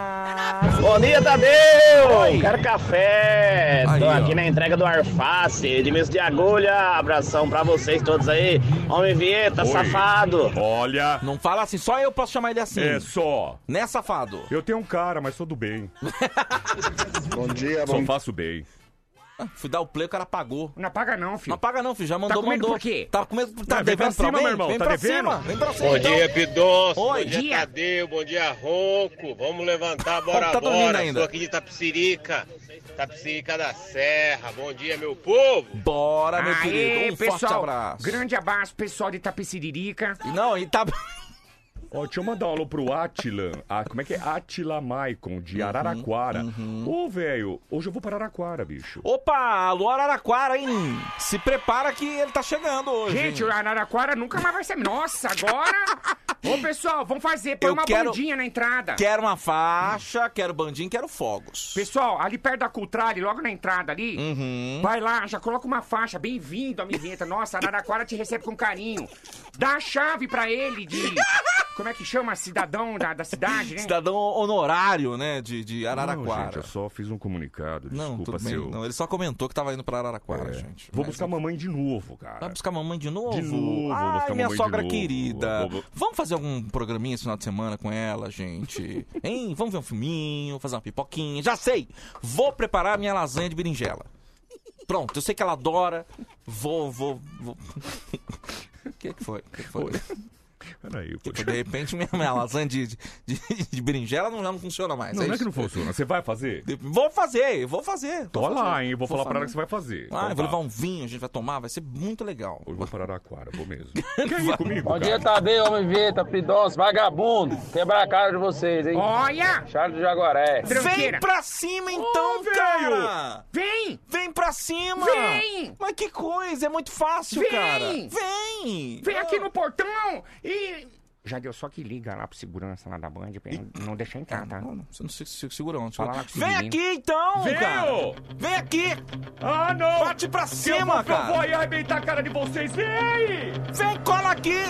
Speaker 4: Bom dia, Tadeu!
Speaker 1: Oi.
Speaker 4: Quero café!
Speaker 1: Aí,
Speaker 4: Tô
Speaker 1: ó.
Speaker 4: aqui na entrega do Arface, de mesa de agulha. Abração pra vocês todos aí. Homem Vieta,
Speaker 1: Oi.
Speaker 4: safado!
Speaker 12: Olha.
Speaker 1: Não fala assim, só eu posso chamar ele assim.
Speaker 12: É só.
Speaker 1: Né, safado?
Speaker 12: Eu tenho um cara, mas sou do bem.
Speaker 1: Bom dia,
Speaker 12: Só faço bem.
Speaker 1: Fui dar o play, o cara pagou.
Speaker 11: Não apaga não, filho.
Speaker 1: Não apaga não, filho. Já mandou,
Speaker 11: comendo
Speaker 1: mandou.
Speaker 11: por quê?
Speaker 1: Tá comendo, tá
Speaker 11: Não, vem
Speaker 1: devendo
Speaker 11: pra cima,
Speaker 1: alguém?
Speaker 11: meu irmão,
Speaker 1: Vem
Speaker 11: tá
Speaker 1: pra
Speaker 11: devendo?
Speaker 1: cima, vem pra cima.
Speaker 15: Bom
Speaker 1: então.
Speaker 15: dia, Pidonço.
Speaker 1: Oi.
Speaker 15: Bom dia, Tadeu. Bom dia, Ronco. Vamos levantar, bora,
Speaker 1: Ronco tá dormindo
Speaker 15: bora.
Speaker 1: ainda.
Speaker 15: Estou aqui de Tapsirica. Tapsirica da Serra. Bom dia, meu povo.
Speaker 1: Bora, meu
Speaker 11: Aê,
Speaker 1: querido. Um
Speaker 11: pessoal,
Speaker 1: forte abraço.
Speaker 11: Grande abraço, pessoal de Tapiciririca.
Speaker 1: Não, e tá.
Speaker 12: Ó, deixa eu mandar um alô pro Atila. Ah, como é que é? Atila Maicon, de
Speaker 11: Uhum,
Speaker 12: Araraquara. Ô, velho, hoje eu vou pra Araraquara, bicho.
Speaker 1: Opa, alô Araraquara, hein? Se prepara que ele tá chegando hoje.
Speaker 11: Gente,
Speaker 1: hein?
Speaker 11: o Araraquara nunca mais vai ser. Nossa, agora. Ô, pessoal, vamos fazer. Põe
Speaker 1: Eu
Speaker 11: uma
Speaker 1: quero-
Speaker 11: bandinha na entrada.
Speaker 1: Quero uma faixa, quero bandinho, quero fogos.
Speaker 11: Pessoal, ali perto da Cultrale, logo na entrada ali,
Speaker 1: Uhum.
Speaker 11: vai lá, já coloca uma faixa. Bem-vindo, amiguenta. Nossa, Araraquara te recebe com carinho. Dá a chave pra ele de. Como é que chama? Cidadão da, da cidade, né?
Speaker 1: Cidadão honorário, né, de, de
Speaker 12: Não, gente,
Speaker 1: Araraquara.
Speaker 12: eu só fiz um comunicado.
Speaker 1: Não,
Speaker 12: Desculpa,
Speaker 1: tudo bem.
Speaker 12: seu.
Speaker 1: Não, ele só comentou que tava indo pra Araraquara,
Speaker 12: É.
Speaker 1: gente.
Speaker 12: Vou
Speaker 1: Mas- Tá
Speaker 12: buscar mamãe de novo, cara.
Speaker 1: Vai buscar mamãe de novo?
Speaker 12: De novo, vou
Speaker 1: Ai,
Speaker 12: buscar
Speaker 1: minha
Speaker 12: mamãe de
Speaker 1: sogra
Speaker 12: novo.
Speaker 1: querida.
Speaker 12: Vou-
Speaker 1: Vamos fazer algum programinha esse final de semana com ela, gente? hein? Vamos ver um filminho, fazer uma pipoquinha. Já sei! Vou preparar minha lasanha de berinjela. Pronto, eu sei que ela adora. Vou, vou, vou. O que que foi? O que que foi?
Speaker 12: Peraí,
Speaker 1: Que de repente minha, minha lasanha de, de, de- de berinjela não, não funciona mais.
Speaker 12: Não, não é
Speaker 1: isso?
Speaker 12: que não funciona. Você vai fazer?
Speaker 1: Vou fazer, vou fazer.
Speaker 12: Tô
Speaker 1: vou
Speaker 12: lá,
Speaker 1: fazer.
Speaker 12: hein? Vou falar pra ela que você vai fazer.
Speaker 1: Ah,
Speaker 12: Então
Speaker 1: vou
Speaker 12: tá.
Speaker 1: levar um vinho, a gente vai tomar, vai ser muito legal.
Speaker 12: Hoje vou parar Araraquara, vou mesmo. Quer ir comigo,
Speaker 14: Bom
Speaker 12: cara?
Speaker 14: dia, Tadeu, Tá Homem Vieta, Pidonço, vagabundo. Quebra a cara de vocês, hein?
Speaker 11: Olha!
Speaker 14: Charles do Jaguaré.
Speaker 1: Vem pra cima então, cara!
Speaker 11: Vem!
Speaker 1: Vem pra cima!
Speaker 11: Vem!
Speaker 1: Mas que coisa, é muito fácil,
Speaker 11: Vem!
Speaker 1: cara! Vem!
Speaker 11: Vem aqui no portão e. Já deu só que liga lá pro segurança lá da Band pra não deixar entrar, tá?
Speaker 1: Você Ah, não se, se segura onde?
Speaker 11: Fala lá com esse
Speaker 1: Vem
Speaker 11: menino.
Speaker 1: aqui então,
Speaker 11: Vem,
Speaker 1: cara!
Speaker 11: ô!
Speaker 1: Vem aqui!
Speaker 12: Ah, não!
Speaker 1: Bate pra
Speaker 12: Eu
Speaker 1: cima,
Speaker 12: vou-
Speaker 1: cara!
Speaker 12: Eu vou aí arrebentar a cara de vocês. Vem!
Speaker 1: Vem, cola aqui!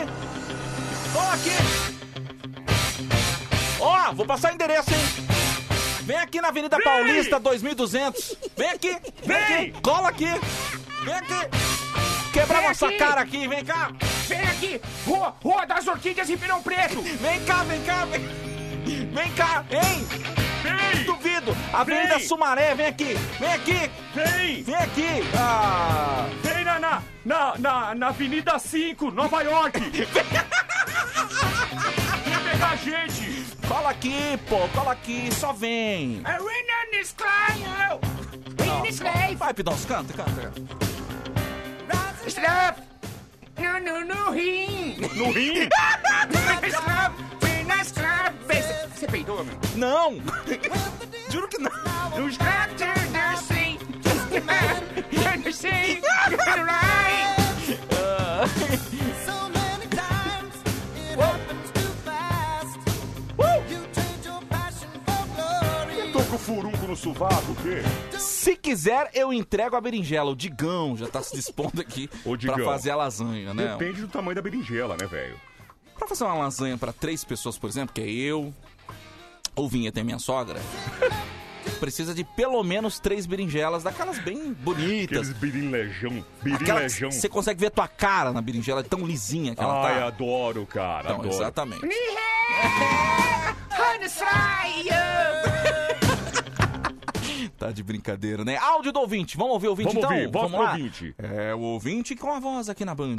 Speaker 1: Cola aqui! Ó, vou passar o endereço, hein? Vem aqui na Avenida Paulista 2200. Vem aqui! Vem! aqui, Cola aqui! Vem aqui! Quebrar
Speaker 11: Vem
Speaker 1: nossa
Speaker 11: aqui.
Speaker 1: cara aqui, vem cá!
Speaker 11: Vem aqui! Rua, Rua das Orquídeas Ribeirão Preto!
Speaker 1: Vem cá, vem cá, vem Vem cá, hein? Duvido! Avenida
Speaker 12: Vem.
Speaker 1: Sumaré, vem aqui! Vem aqui!
Speaker 12: Vem!
Speaker 1: Vem aqui! Ah!
Speaker 12: Vem na, na, na, na, na Avenida 5, Nova York! Vem pegar a gente!
Speaker 1: Cola aqui, pô, cola aqui, só vem!
Speaker 12: É
Speaker 1: Vai, Pidão, canta, canta.
Speaker 11: Steph!
Speaker 6: No, no, no rim!
Speaker 1: No rim?
Speaker 6: Penas cabeças! Você peidou, meu?
Speaker 1: Não! Juro que não!
Speaker 6: Nos gatos, eu sei! Eu sei! Right! So many times it happens too fast. You
Speaker 1: Uh!
Speaker 6: change your passion for glory.
Speaker 12: Tô com furunco no sovaco, o quê?
Speaker 1: Se quiser, eu entrego a berinjela. O Digão já tá se dispondo aqui pra
Speaker 12: Digão,
Speaker 1: fazer a lasanha, né?
Speaker 12: Depende do tamanho da berinjela, né, velho?
Speaker 1: Pra fazer uma lasanha pra três pessoas, por exemplo, que é eu, ou Vinheta e minha sogra, precisa de pelo menos três berinjelas, daquelas bem bonitas.
Speaker 12: Aqueles birinlejão,
Speaker 1: Então Aquela que
Speaker 12: birinlejão.
Speaker 1: você consegue ver a tua cara na berinjela, é tão lisinha que ela
Speaker 12: Ai,
Speaker 1: tá.
Speaker 12: adoro, cara,
Speaker 1: Então,
Speaker 12: adoro.
Speaker 1: exatamente.
Speaker 6: Honey fry!
Speaker 1: Tá de brincadeira, né? Áudio do ouvinte, vamos ouvir o ouvinte
Speaker 6: Vamos
Speaker 1: então?
Speaker 6: ouvir,
Speaker 1: vamos
Speaker 6: bota pro
Speaker 1: lá.
Speaker 6: ouvinte.
Speaker 1: É o ouvinte com a voz aqui na Band.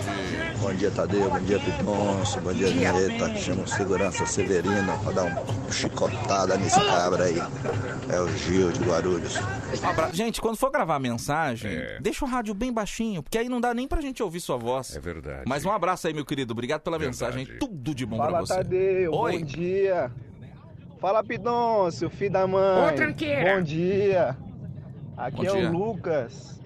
Speaker 16: Bom dia, Tadeu. Bom dia, Pitonço. Bom dia, Vinheta. Chama o segurança Severino pra dar uma chicotada nesse cabra aí. É o Gil de Guarulhos.
Speaker 1: Um Abra- Gente, quando for gravar a mensagem, deixa o rádio bem baixinho, porque aí não dá nem pra gente ouvir sua voz. É
Speaker 12: verdade.
Speaker 1: Mas um abraço aí, meu querido. Obrigado pela mensagem. Tudo de bom pra
Speaker 17: Fala,
Speaker 1: você.
Speaker 17: Tadeu.
Speaker 1: Oi.
Speaker 17: Bom dia. Fala, Pidoncio, filho da mãe.
Speaker 1: Ô, tranqueira.
Speaker 17: Bom dia. Aqui
Speaker 1: Bom
Speaker 17: é
Speaker 1: dia.
Speaker 17: o Lucas,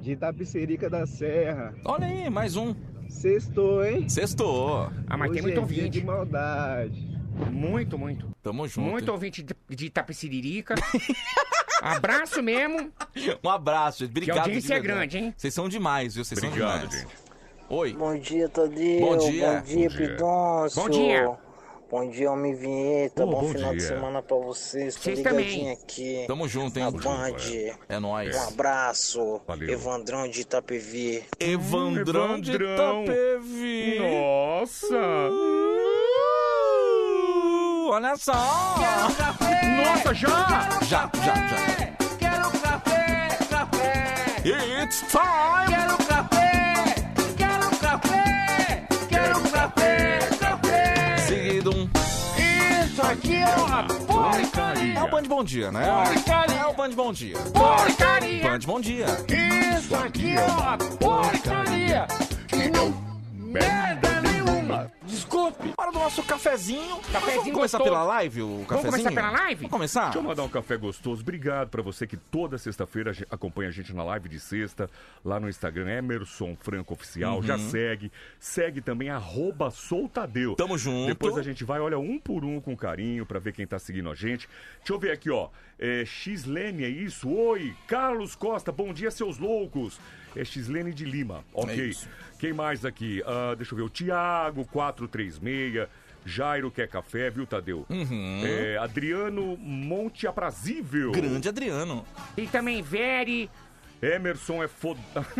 Speaker 17: de Itapicerica da Serra.
Speaker 1: Olha aí, mais um.
Speaker 17: Sextou, hein?
Speaker 1: Sextou.
Speaker 11: Ah, mas tem
Speaker 17: Hoje
Speaker 11: muito
Speaker 17: é dia
Speaker 11: ouvinte.
Speaker 17: de maldade.
Speaker 11: Muito, muito.
Speaker 1: Tamo junto.
Speaker 11: Muito ouvinte de, de Itapeciririca. Abraço mesmo.
Speaker 1: Um abraço, gente. Obrigado. de
Speaker 11: audiência é
Speaker 1: verdade.
Speaker 11: grande, hein?
Speaker 1: Vocês são demais, viu? Vocês são
Speaker 11: Obrigado,
Speaker 1: demais. Oi.
Speaker 5: Bom dia, Tadeu.
Speaker 1: Bom
Speaker 5: Bom dia,
Speaker 1: dia. Bom dia.
Speaker 5: Pidoncio.
Speaker 1: Bom dia.
Speaker 5: Bom dia, Homem Vinheta.
Speaker 1: Oh,
Speaker 5: bom,
Speaker 1: bom
Speaker 5: final de
Speaker 1: dia.
Speaker 5: semana pra vocês. Tô
Speaker 1: Vocês
Speaker 5: ligadinho
Speaker 1: também.
Speaker 5: aqui.
Speaker 1: Tamo junto, hein?
Speaker 5: Na
Speaker 1: Tamo junto,
Speaker 5: Band.
Speaker 1: É nóis.
Speaker 5: Um abraço.
Speaker 1: Valeu.
Speaker 5: Evandrão de Itapevi.
Speaker 1: Evandrão de Evandrão. Itapevi.
Speaker 12: Nossa.
Speaker 1: Uh, olha só.
Speaker 6: um Nossa, já!
Speaker 1: Já, já, já.
Speaker 6: Quero um café, café!
Speaker 1: It's time!
Speaker 6: Quero um café! Quero um café! Quero um café, café!
Speaker 1: Seguido um.
Speaker 6: Isso aqui é
Speaker 11: Ah,
Speaker 6: uma porcaria!
Speaker 1: É o Band Bom Dia, né?
Speaker 6: Porcaria.
Speaker 1: É o Band Bom Dia.
Speaker 6: Porcaria!
Speaker 1: Band Bom Dia.
Speaker 6: Isso aqui é uma porcaria! Que não merda nenhuma!
Speaker 1: Desculpe! Hora do nosso cafezinho.
Speaker 12: Cafezinho
Speaker 1: Vamos começar
Speaker 12: gostoso.
Speaker 1: pela live, o cafezinho? Vamos começar?
Speaker 12: Deixa eu mandar um café gostoso. Obrigado pra você que toda sexta-feira ge- acompanha a gente na live de sexta, lá no Instagram, Emerson Franco Oficial.
Speaker 1: Uhum.
Speaker 12: Já segue. Segue também, arroba Soltadeu.
Speaker 1: Tamo junto.
Speaker 12: Depois a gente vai, olha, um por um com carinho pra ver quem tá seguindo a gente. Deixa eu ver aqui, ó. É, Xlene, é isso? Oi, Carlos Costa, bom dia, seus loucos. É Xlene de Lima,
Speaker 1: É
Speaker 12: ok.
Speaker 1: isso.
Speaker 12: Quem mais aqui? Ah, deixa eu ver, o Tiago, 436. Jairo quer café, viu, Tadeu?
Speaker 1: Uhum.
Speaker 12: É, Adriano Monte Aprazível.
Speaker 1: Grande Adriano.
Speaker 12: E também Vere. Emerson é foda.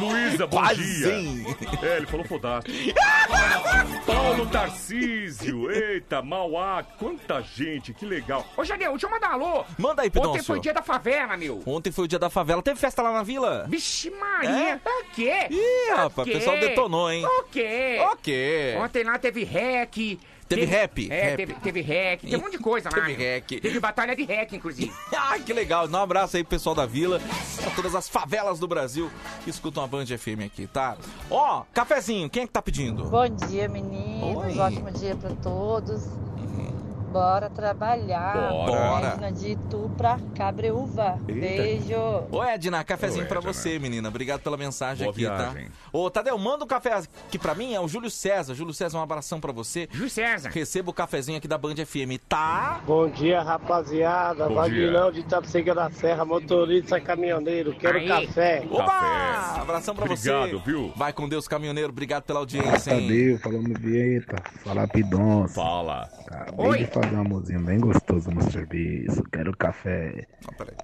Speaker 12: Luísa, bom
Speaker 6: Quase,
Speaker 12: dia.
Speaker 6: hein?
Speaker 12: É, ele falou fodástico. Paulo Tarcísio, eita, Mauá, quanta gente, que legal.
Speaker 11: Ô, Jadeu, deixa eu mandar um alô.
Speaker 1: Manda aí,
Speaker 11: Ontem
Speaker 1: Pidoncio.
Speaker 11: foi dia da favela, meu.
Speaker 1: Ontem foi o dia da favela. Teve festa lá na vila?
Speaker 11: Vixe Maria, o quê?
Speaker 1: É? Ih, rapaz, o
Speaker 11: quê?
Speaker 1: pessoal detonou, hein?
Speaker 11: O
Speaker 12: É.
Speaker 11: quê?
Speaker 1: O quê?
Speaker 11: Ontem lá teve hack. Teve,
Speaker 1: rap?
Speaker 11: É,
Speaker 1: Rap.
Speaker 11: Teve, teve hack. Teve um monte de coisa lá.
Speaker 1: Teve
Speaker 11: meu.
Speaker 1: hack.
Speaker 11: Teve batalha de hack, inclusive.
Speaker 1: Ah, que legal. Dá um abraço aí pro pessoal da vila, pra todas as favelas do Brasil que escutam a Band FM aqui, tá? Ó, cafezinho, quem é que tá pedindo?
Speaker 18: Bom dia, meninos.
Speaker 1: Oi.
Speaker 18: Ótimo dia pra todos. Bora trabalhar.
Speaker 1: Bora.
Speaker 18: Edna de Itu pra Cabreúva.
Speaker 1: Eita.
Speaker 18: Beijo.
Speaker 1: Ô, Edna, cafezinho
Speaker 12: Ô,
Speaker 1: pra
Speaker 12: Edna.
Speaker 1: você, menina. Obrigado pela mensagem
Speaker 12: Boa
Speaker 1: aqui,
Speaker 12: viagem.
Speaker 1: tá? Ô, Tadeu, manda um café aqui pra mim. É o Júlio César. Júlio César, um abração pra você. Júlio
Speaker 11: César.
Speaker 1: Receba o cafezinho aqui da Band FM, tá?
Speaker 15: Bom dia, rapaziada.
Speaker 1: Bom
Speaker 15: Vagnão de Itapsega da Serra, motorista, caminhoneiro. Quero
Speaker 1: Aí.
Speaker 15: café.
Speaker 1: Oba! Abração pra você.
Speaker 12: Obrigado, viu?
Speaker 1: Vai com Deus, caminhoneiro. Obrigado pela audiência, hein?
Speaker 7: Tadeu, falamos Vieta, fala Pidon.
Speaker 12: Fala.
Speaker 7: Acabei de fazer um amorzinho bem gostoso no serviço. Quero café.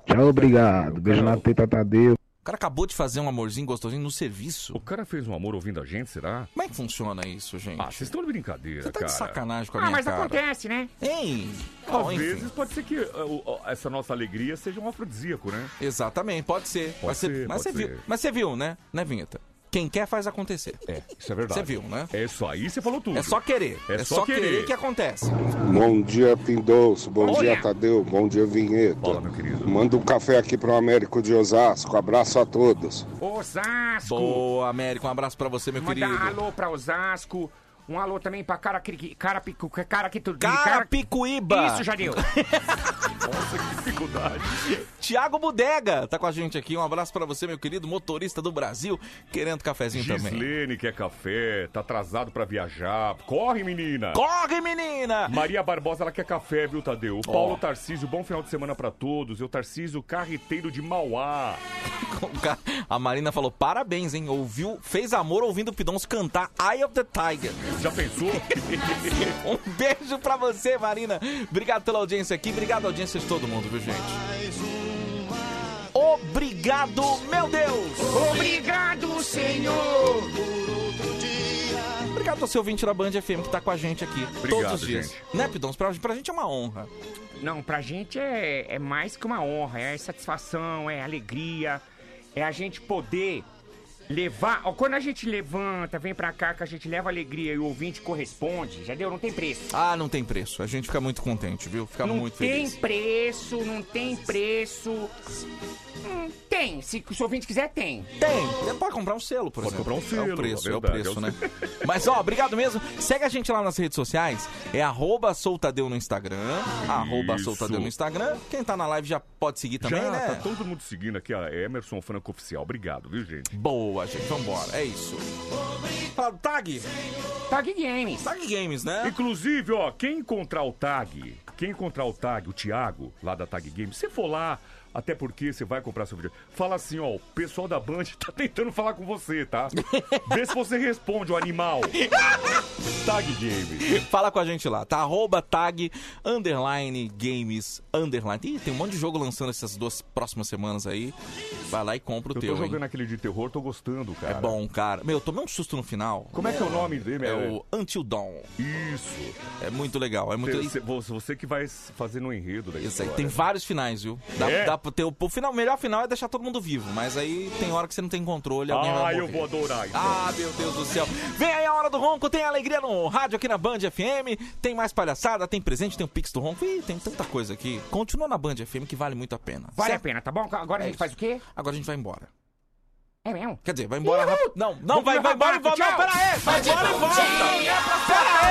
Speaker 7: Tchau, obrigado. Beijo na teta, Tadeu.
Speaker 1: O cara acabou de fazer um amorzinho gostosinho no serviço.
Speaker 12: O cara fez um amor ouvindo a gente, será?
Speaker 1: Como é que funciona isso, gente?
Speaker 12: Ah, vocês estão de brincadeira,
Speaker 1: Você tá
Speaker 12: cara.
Speaker 1: de sacanagem com a
Speaker 11: Ah,
Speaker 1: minha
Speaker 11: mas
Speaker 1: cara.
Speaker 11: acontece, né?
Speaker 1: Hein?
Speaker 12: Às
Speaker 1: Bom, enfim.
Speaker 12: vezes pode ser que ah, o- ó, essa nossa alegria seja um afrodisíaco, né?
Speaker 1: Exatamente, pode ser.
Speaker 12: Pode
Speaker 1: mas, você,
Speaker 12: ser,
Speaker 1: mas,
Speaker 12: pode
Speaker 1: você
Speaker 12: ser.
Speaker 1: Viu, mas você viu, né? Né, Vinheta? Quem quer faz acontecer.
Speaker 12: É, isso é verdade.
Speaker 1: Você viu, né?
Speaker 12: É isso aí, você falou tudo.
Speaker 1: É só querer. É, só, querer. que acontece.
Speaker 9: Bom dia, Pindouço. Bom
Speaker 1: Olha.
Speaker 9: dia, Tadeu. Bom dia, Vinheta. Manda um café aqui pro Américo de Osasco. Abraço a todos.
Speaker 11: Osasco!
Speaker 1: Boa, Américo. Um abraço pra você, meu
Speaker 11: Mandar
Speaker 1: querido.
Speaker 11: alô pra Osasco. Um alô também pra Carapicuíba. Cara, cara,
Speaker 1: Carapicuíba.
Speaker 11: Isso, Jadil.
Speaker 1: dificuldade. Tiago Bodega tá com a gente aqui. Um abraço pra você, meu querido motorista do Brasil, querendo cafezinho também.
Speaker 12: Gislene quer café, tá atrasado pra viajar. Corre, menina!
Speaker 1: Corre, menina!
Speaker 12: Maria Barbosa, ela quer café, viu, Tadeu? O Paulo Tarcísio, bom final de semana pra todos. Eu, Tarcísio, carreteiro de Mauá.
Speaker 1: O cara- A Marina falou: parabéns, hein? Ouviu, fez amor ouvindo o Pidons cantar Eye of the Tiger.
Speaker 12: Já pensou?
Speaker 1: um beijo pra você, Marina. Obrigado pela audiência aqui, obrigado à audiência de todo mundo, viu, gente? Obrigado, meu Deus!
Speaker 6: Obrigado, Senhor, por outro dia.
Speaker 1: Obrigado ao seu ouvinte da Band FM que tá com a gente aqui todos os dias.
Speaker 11: gente.
Speaker 1: Né, Pidons? Pra, pra gente é uma honra.
Speaker 11: Não, pra gente é, é mais que uma honra, é satisfação, é alegria, é a gente poder levar. ó, Quando a gente levanta, vem pra cá, que a gente leva alegria e o ouvinte corresponde, já deu? Não tem preço.
Speaker 1: Ah, não tem preço. A gente fica muito contente, viu? Fica
Speaker 11: não
Speaker 1: muito
Speaker 11: tem
Speaker 1: feliz.
Speaker 11: preço, não tem preço. Hum, tem, se o seu ouvinte quiser, tem.
Speaker 1: Tem, você pode comprar um selo, por
Speaker 12: Pode
Speaker 1: exemplo.
Speaker 12: comprar um
Speaker 1: É
Speaker 12: selo,
Speaker 1: o preço,
Speaker 12: é
Speaker 1: é,
Speaker 12: verdade,
Speaker 1: o preço,
Speaker 12: é o
Speaker 1: né? Mas, ó, obrigado mesmo. Segue a gente lá nas redes sociais. É arroba soltadeu no Instagram. Arroba
Speaker 12: Isso.
Speaker 1: soltadeu no Instagram. Quem tá na live já pode seguir também,
Speaker 12: Já,
Speaker 1: né?
Speaker 12: tá todo mundo seguindo aqui, a Emerson Franco Oficial. Obrigado, viu, gente?
Speaker 1: Boa, gente. Vambora. É isso. Fala do tag.
Speaker 11: Tag Games.
Speaker 1: Tag Games, né?
Speaker 12: Inclusive, ó, quem encontrar o tag, quem encontrar o tag, o Thiago, lá da Tag Games, se for lá, até porque você vai comprar seu vídeo, fala assim, ó, o pessoal da Band tá tentando falar com você, tá? Vê se você responde, o animal. Tag Games.
Speaker 1: Fala com a gente lá, tá? Arroba tag, underline, games, underline. Ih, tem um monte de jogo lançando essas duas próximas semanas aí. Vai lá e compra o
Speaker 12: Eu
Speaker 1: teu,
Speaker 12: tô
Speaker 1: hein?
Speaker 12: jogando aquele de terror, tô gostando, cara.
Speaker 1: É bom, cara. Meu, eu tomei um susto no final.
Speaker 12: Como é que é o nome dele?
Speaker 1: É o Until Dawn.
Speaker 12: Isso.
Speaker 1: É muito legal. É muito...
Speaker 12: Você, você- você que vai fazendo o enredo daí.
Speaker 1: Isso aí, tem vários finais, viu? Dá,
Speaker 12: É?
Speaker 1: dá pra ter o, o final, o melhor final é deixar todo mundo vivo, mas aí tem hora que você não tem controle. alguém
Speaker 12: Ah,
Speaker 1: vai
Speaker 12: eu
Speaker 1: morrer.
Speaker 12: vou adorar. então.
Speaker 1: Ah, meu Deus do céu. Vem aí a hora do ronco, tem alegria no rádio aqui na Band FM, tem mais palhaçada, tem presente, tem o Pix do ronco, Ih, tem tanta coisa aqui. Continua na Band FM que vale muito a pena.
Speaker 11: Vale a
Speaker 1: certo?
Speaker 11: pena, tá bom? Agora
Speaker 1: É
Speaker 11: a gente
Speaker 1: isso.
Speaker 11: faz o quê?
Speaker 1: Agora a gente vai embora.
Speaker 11: É mesmo?
Speaker 1: Quer dizer, vai embora rápido. Não, não,
Speaker 11: Vamos
Speaker 1: vai,
Speaker 11: pro
Speaker 1: vai embora e
Speaker 11: Rabaco,
Speaker 1: volta. Não,
Speaker 11: tchau.
Speaker 1: pera aí, vai
Speaker 11: Band
Speaker 1: embora e
Speaker 11: Bom
Speaker 1: volta.
Speaker 11: Dia
Speaker 1: Pera aí.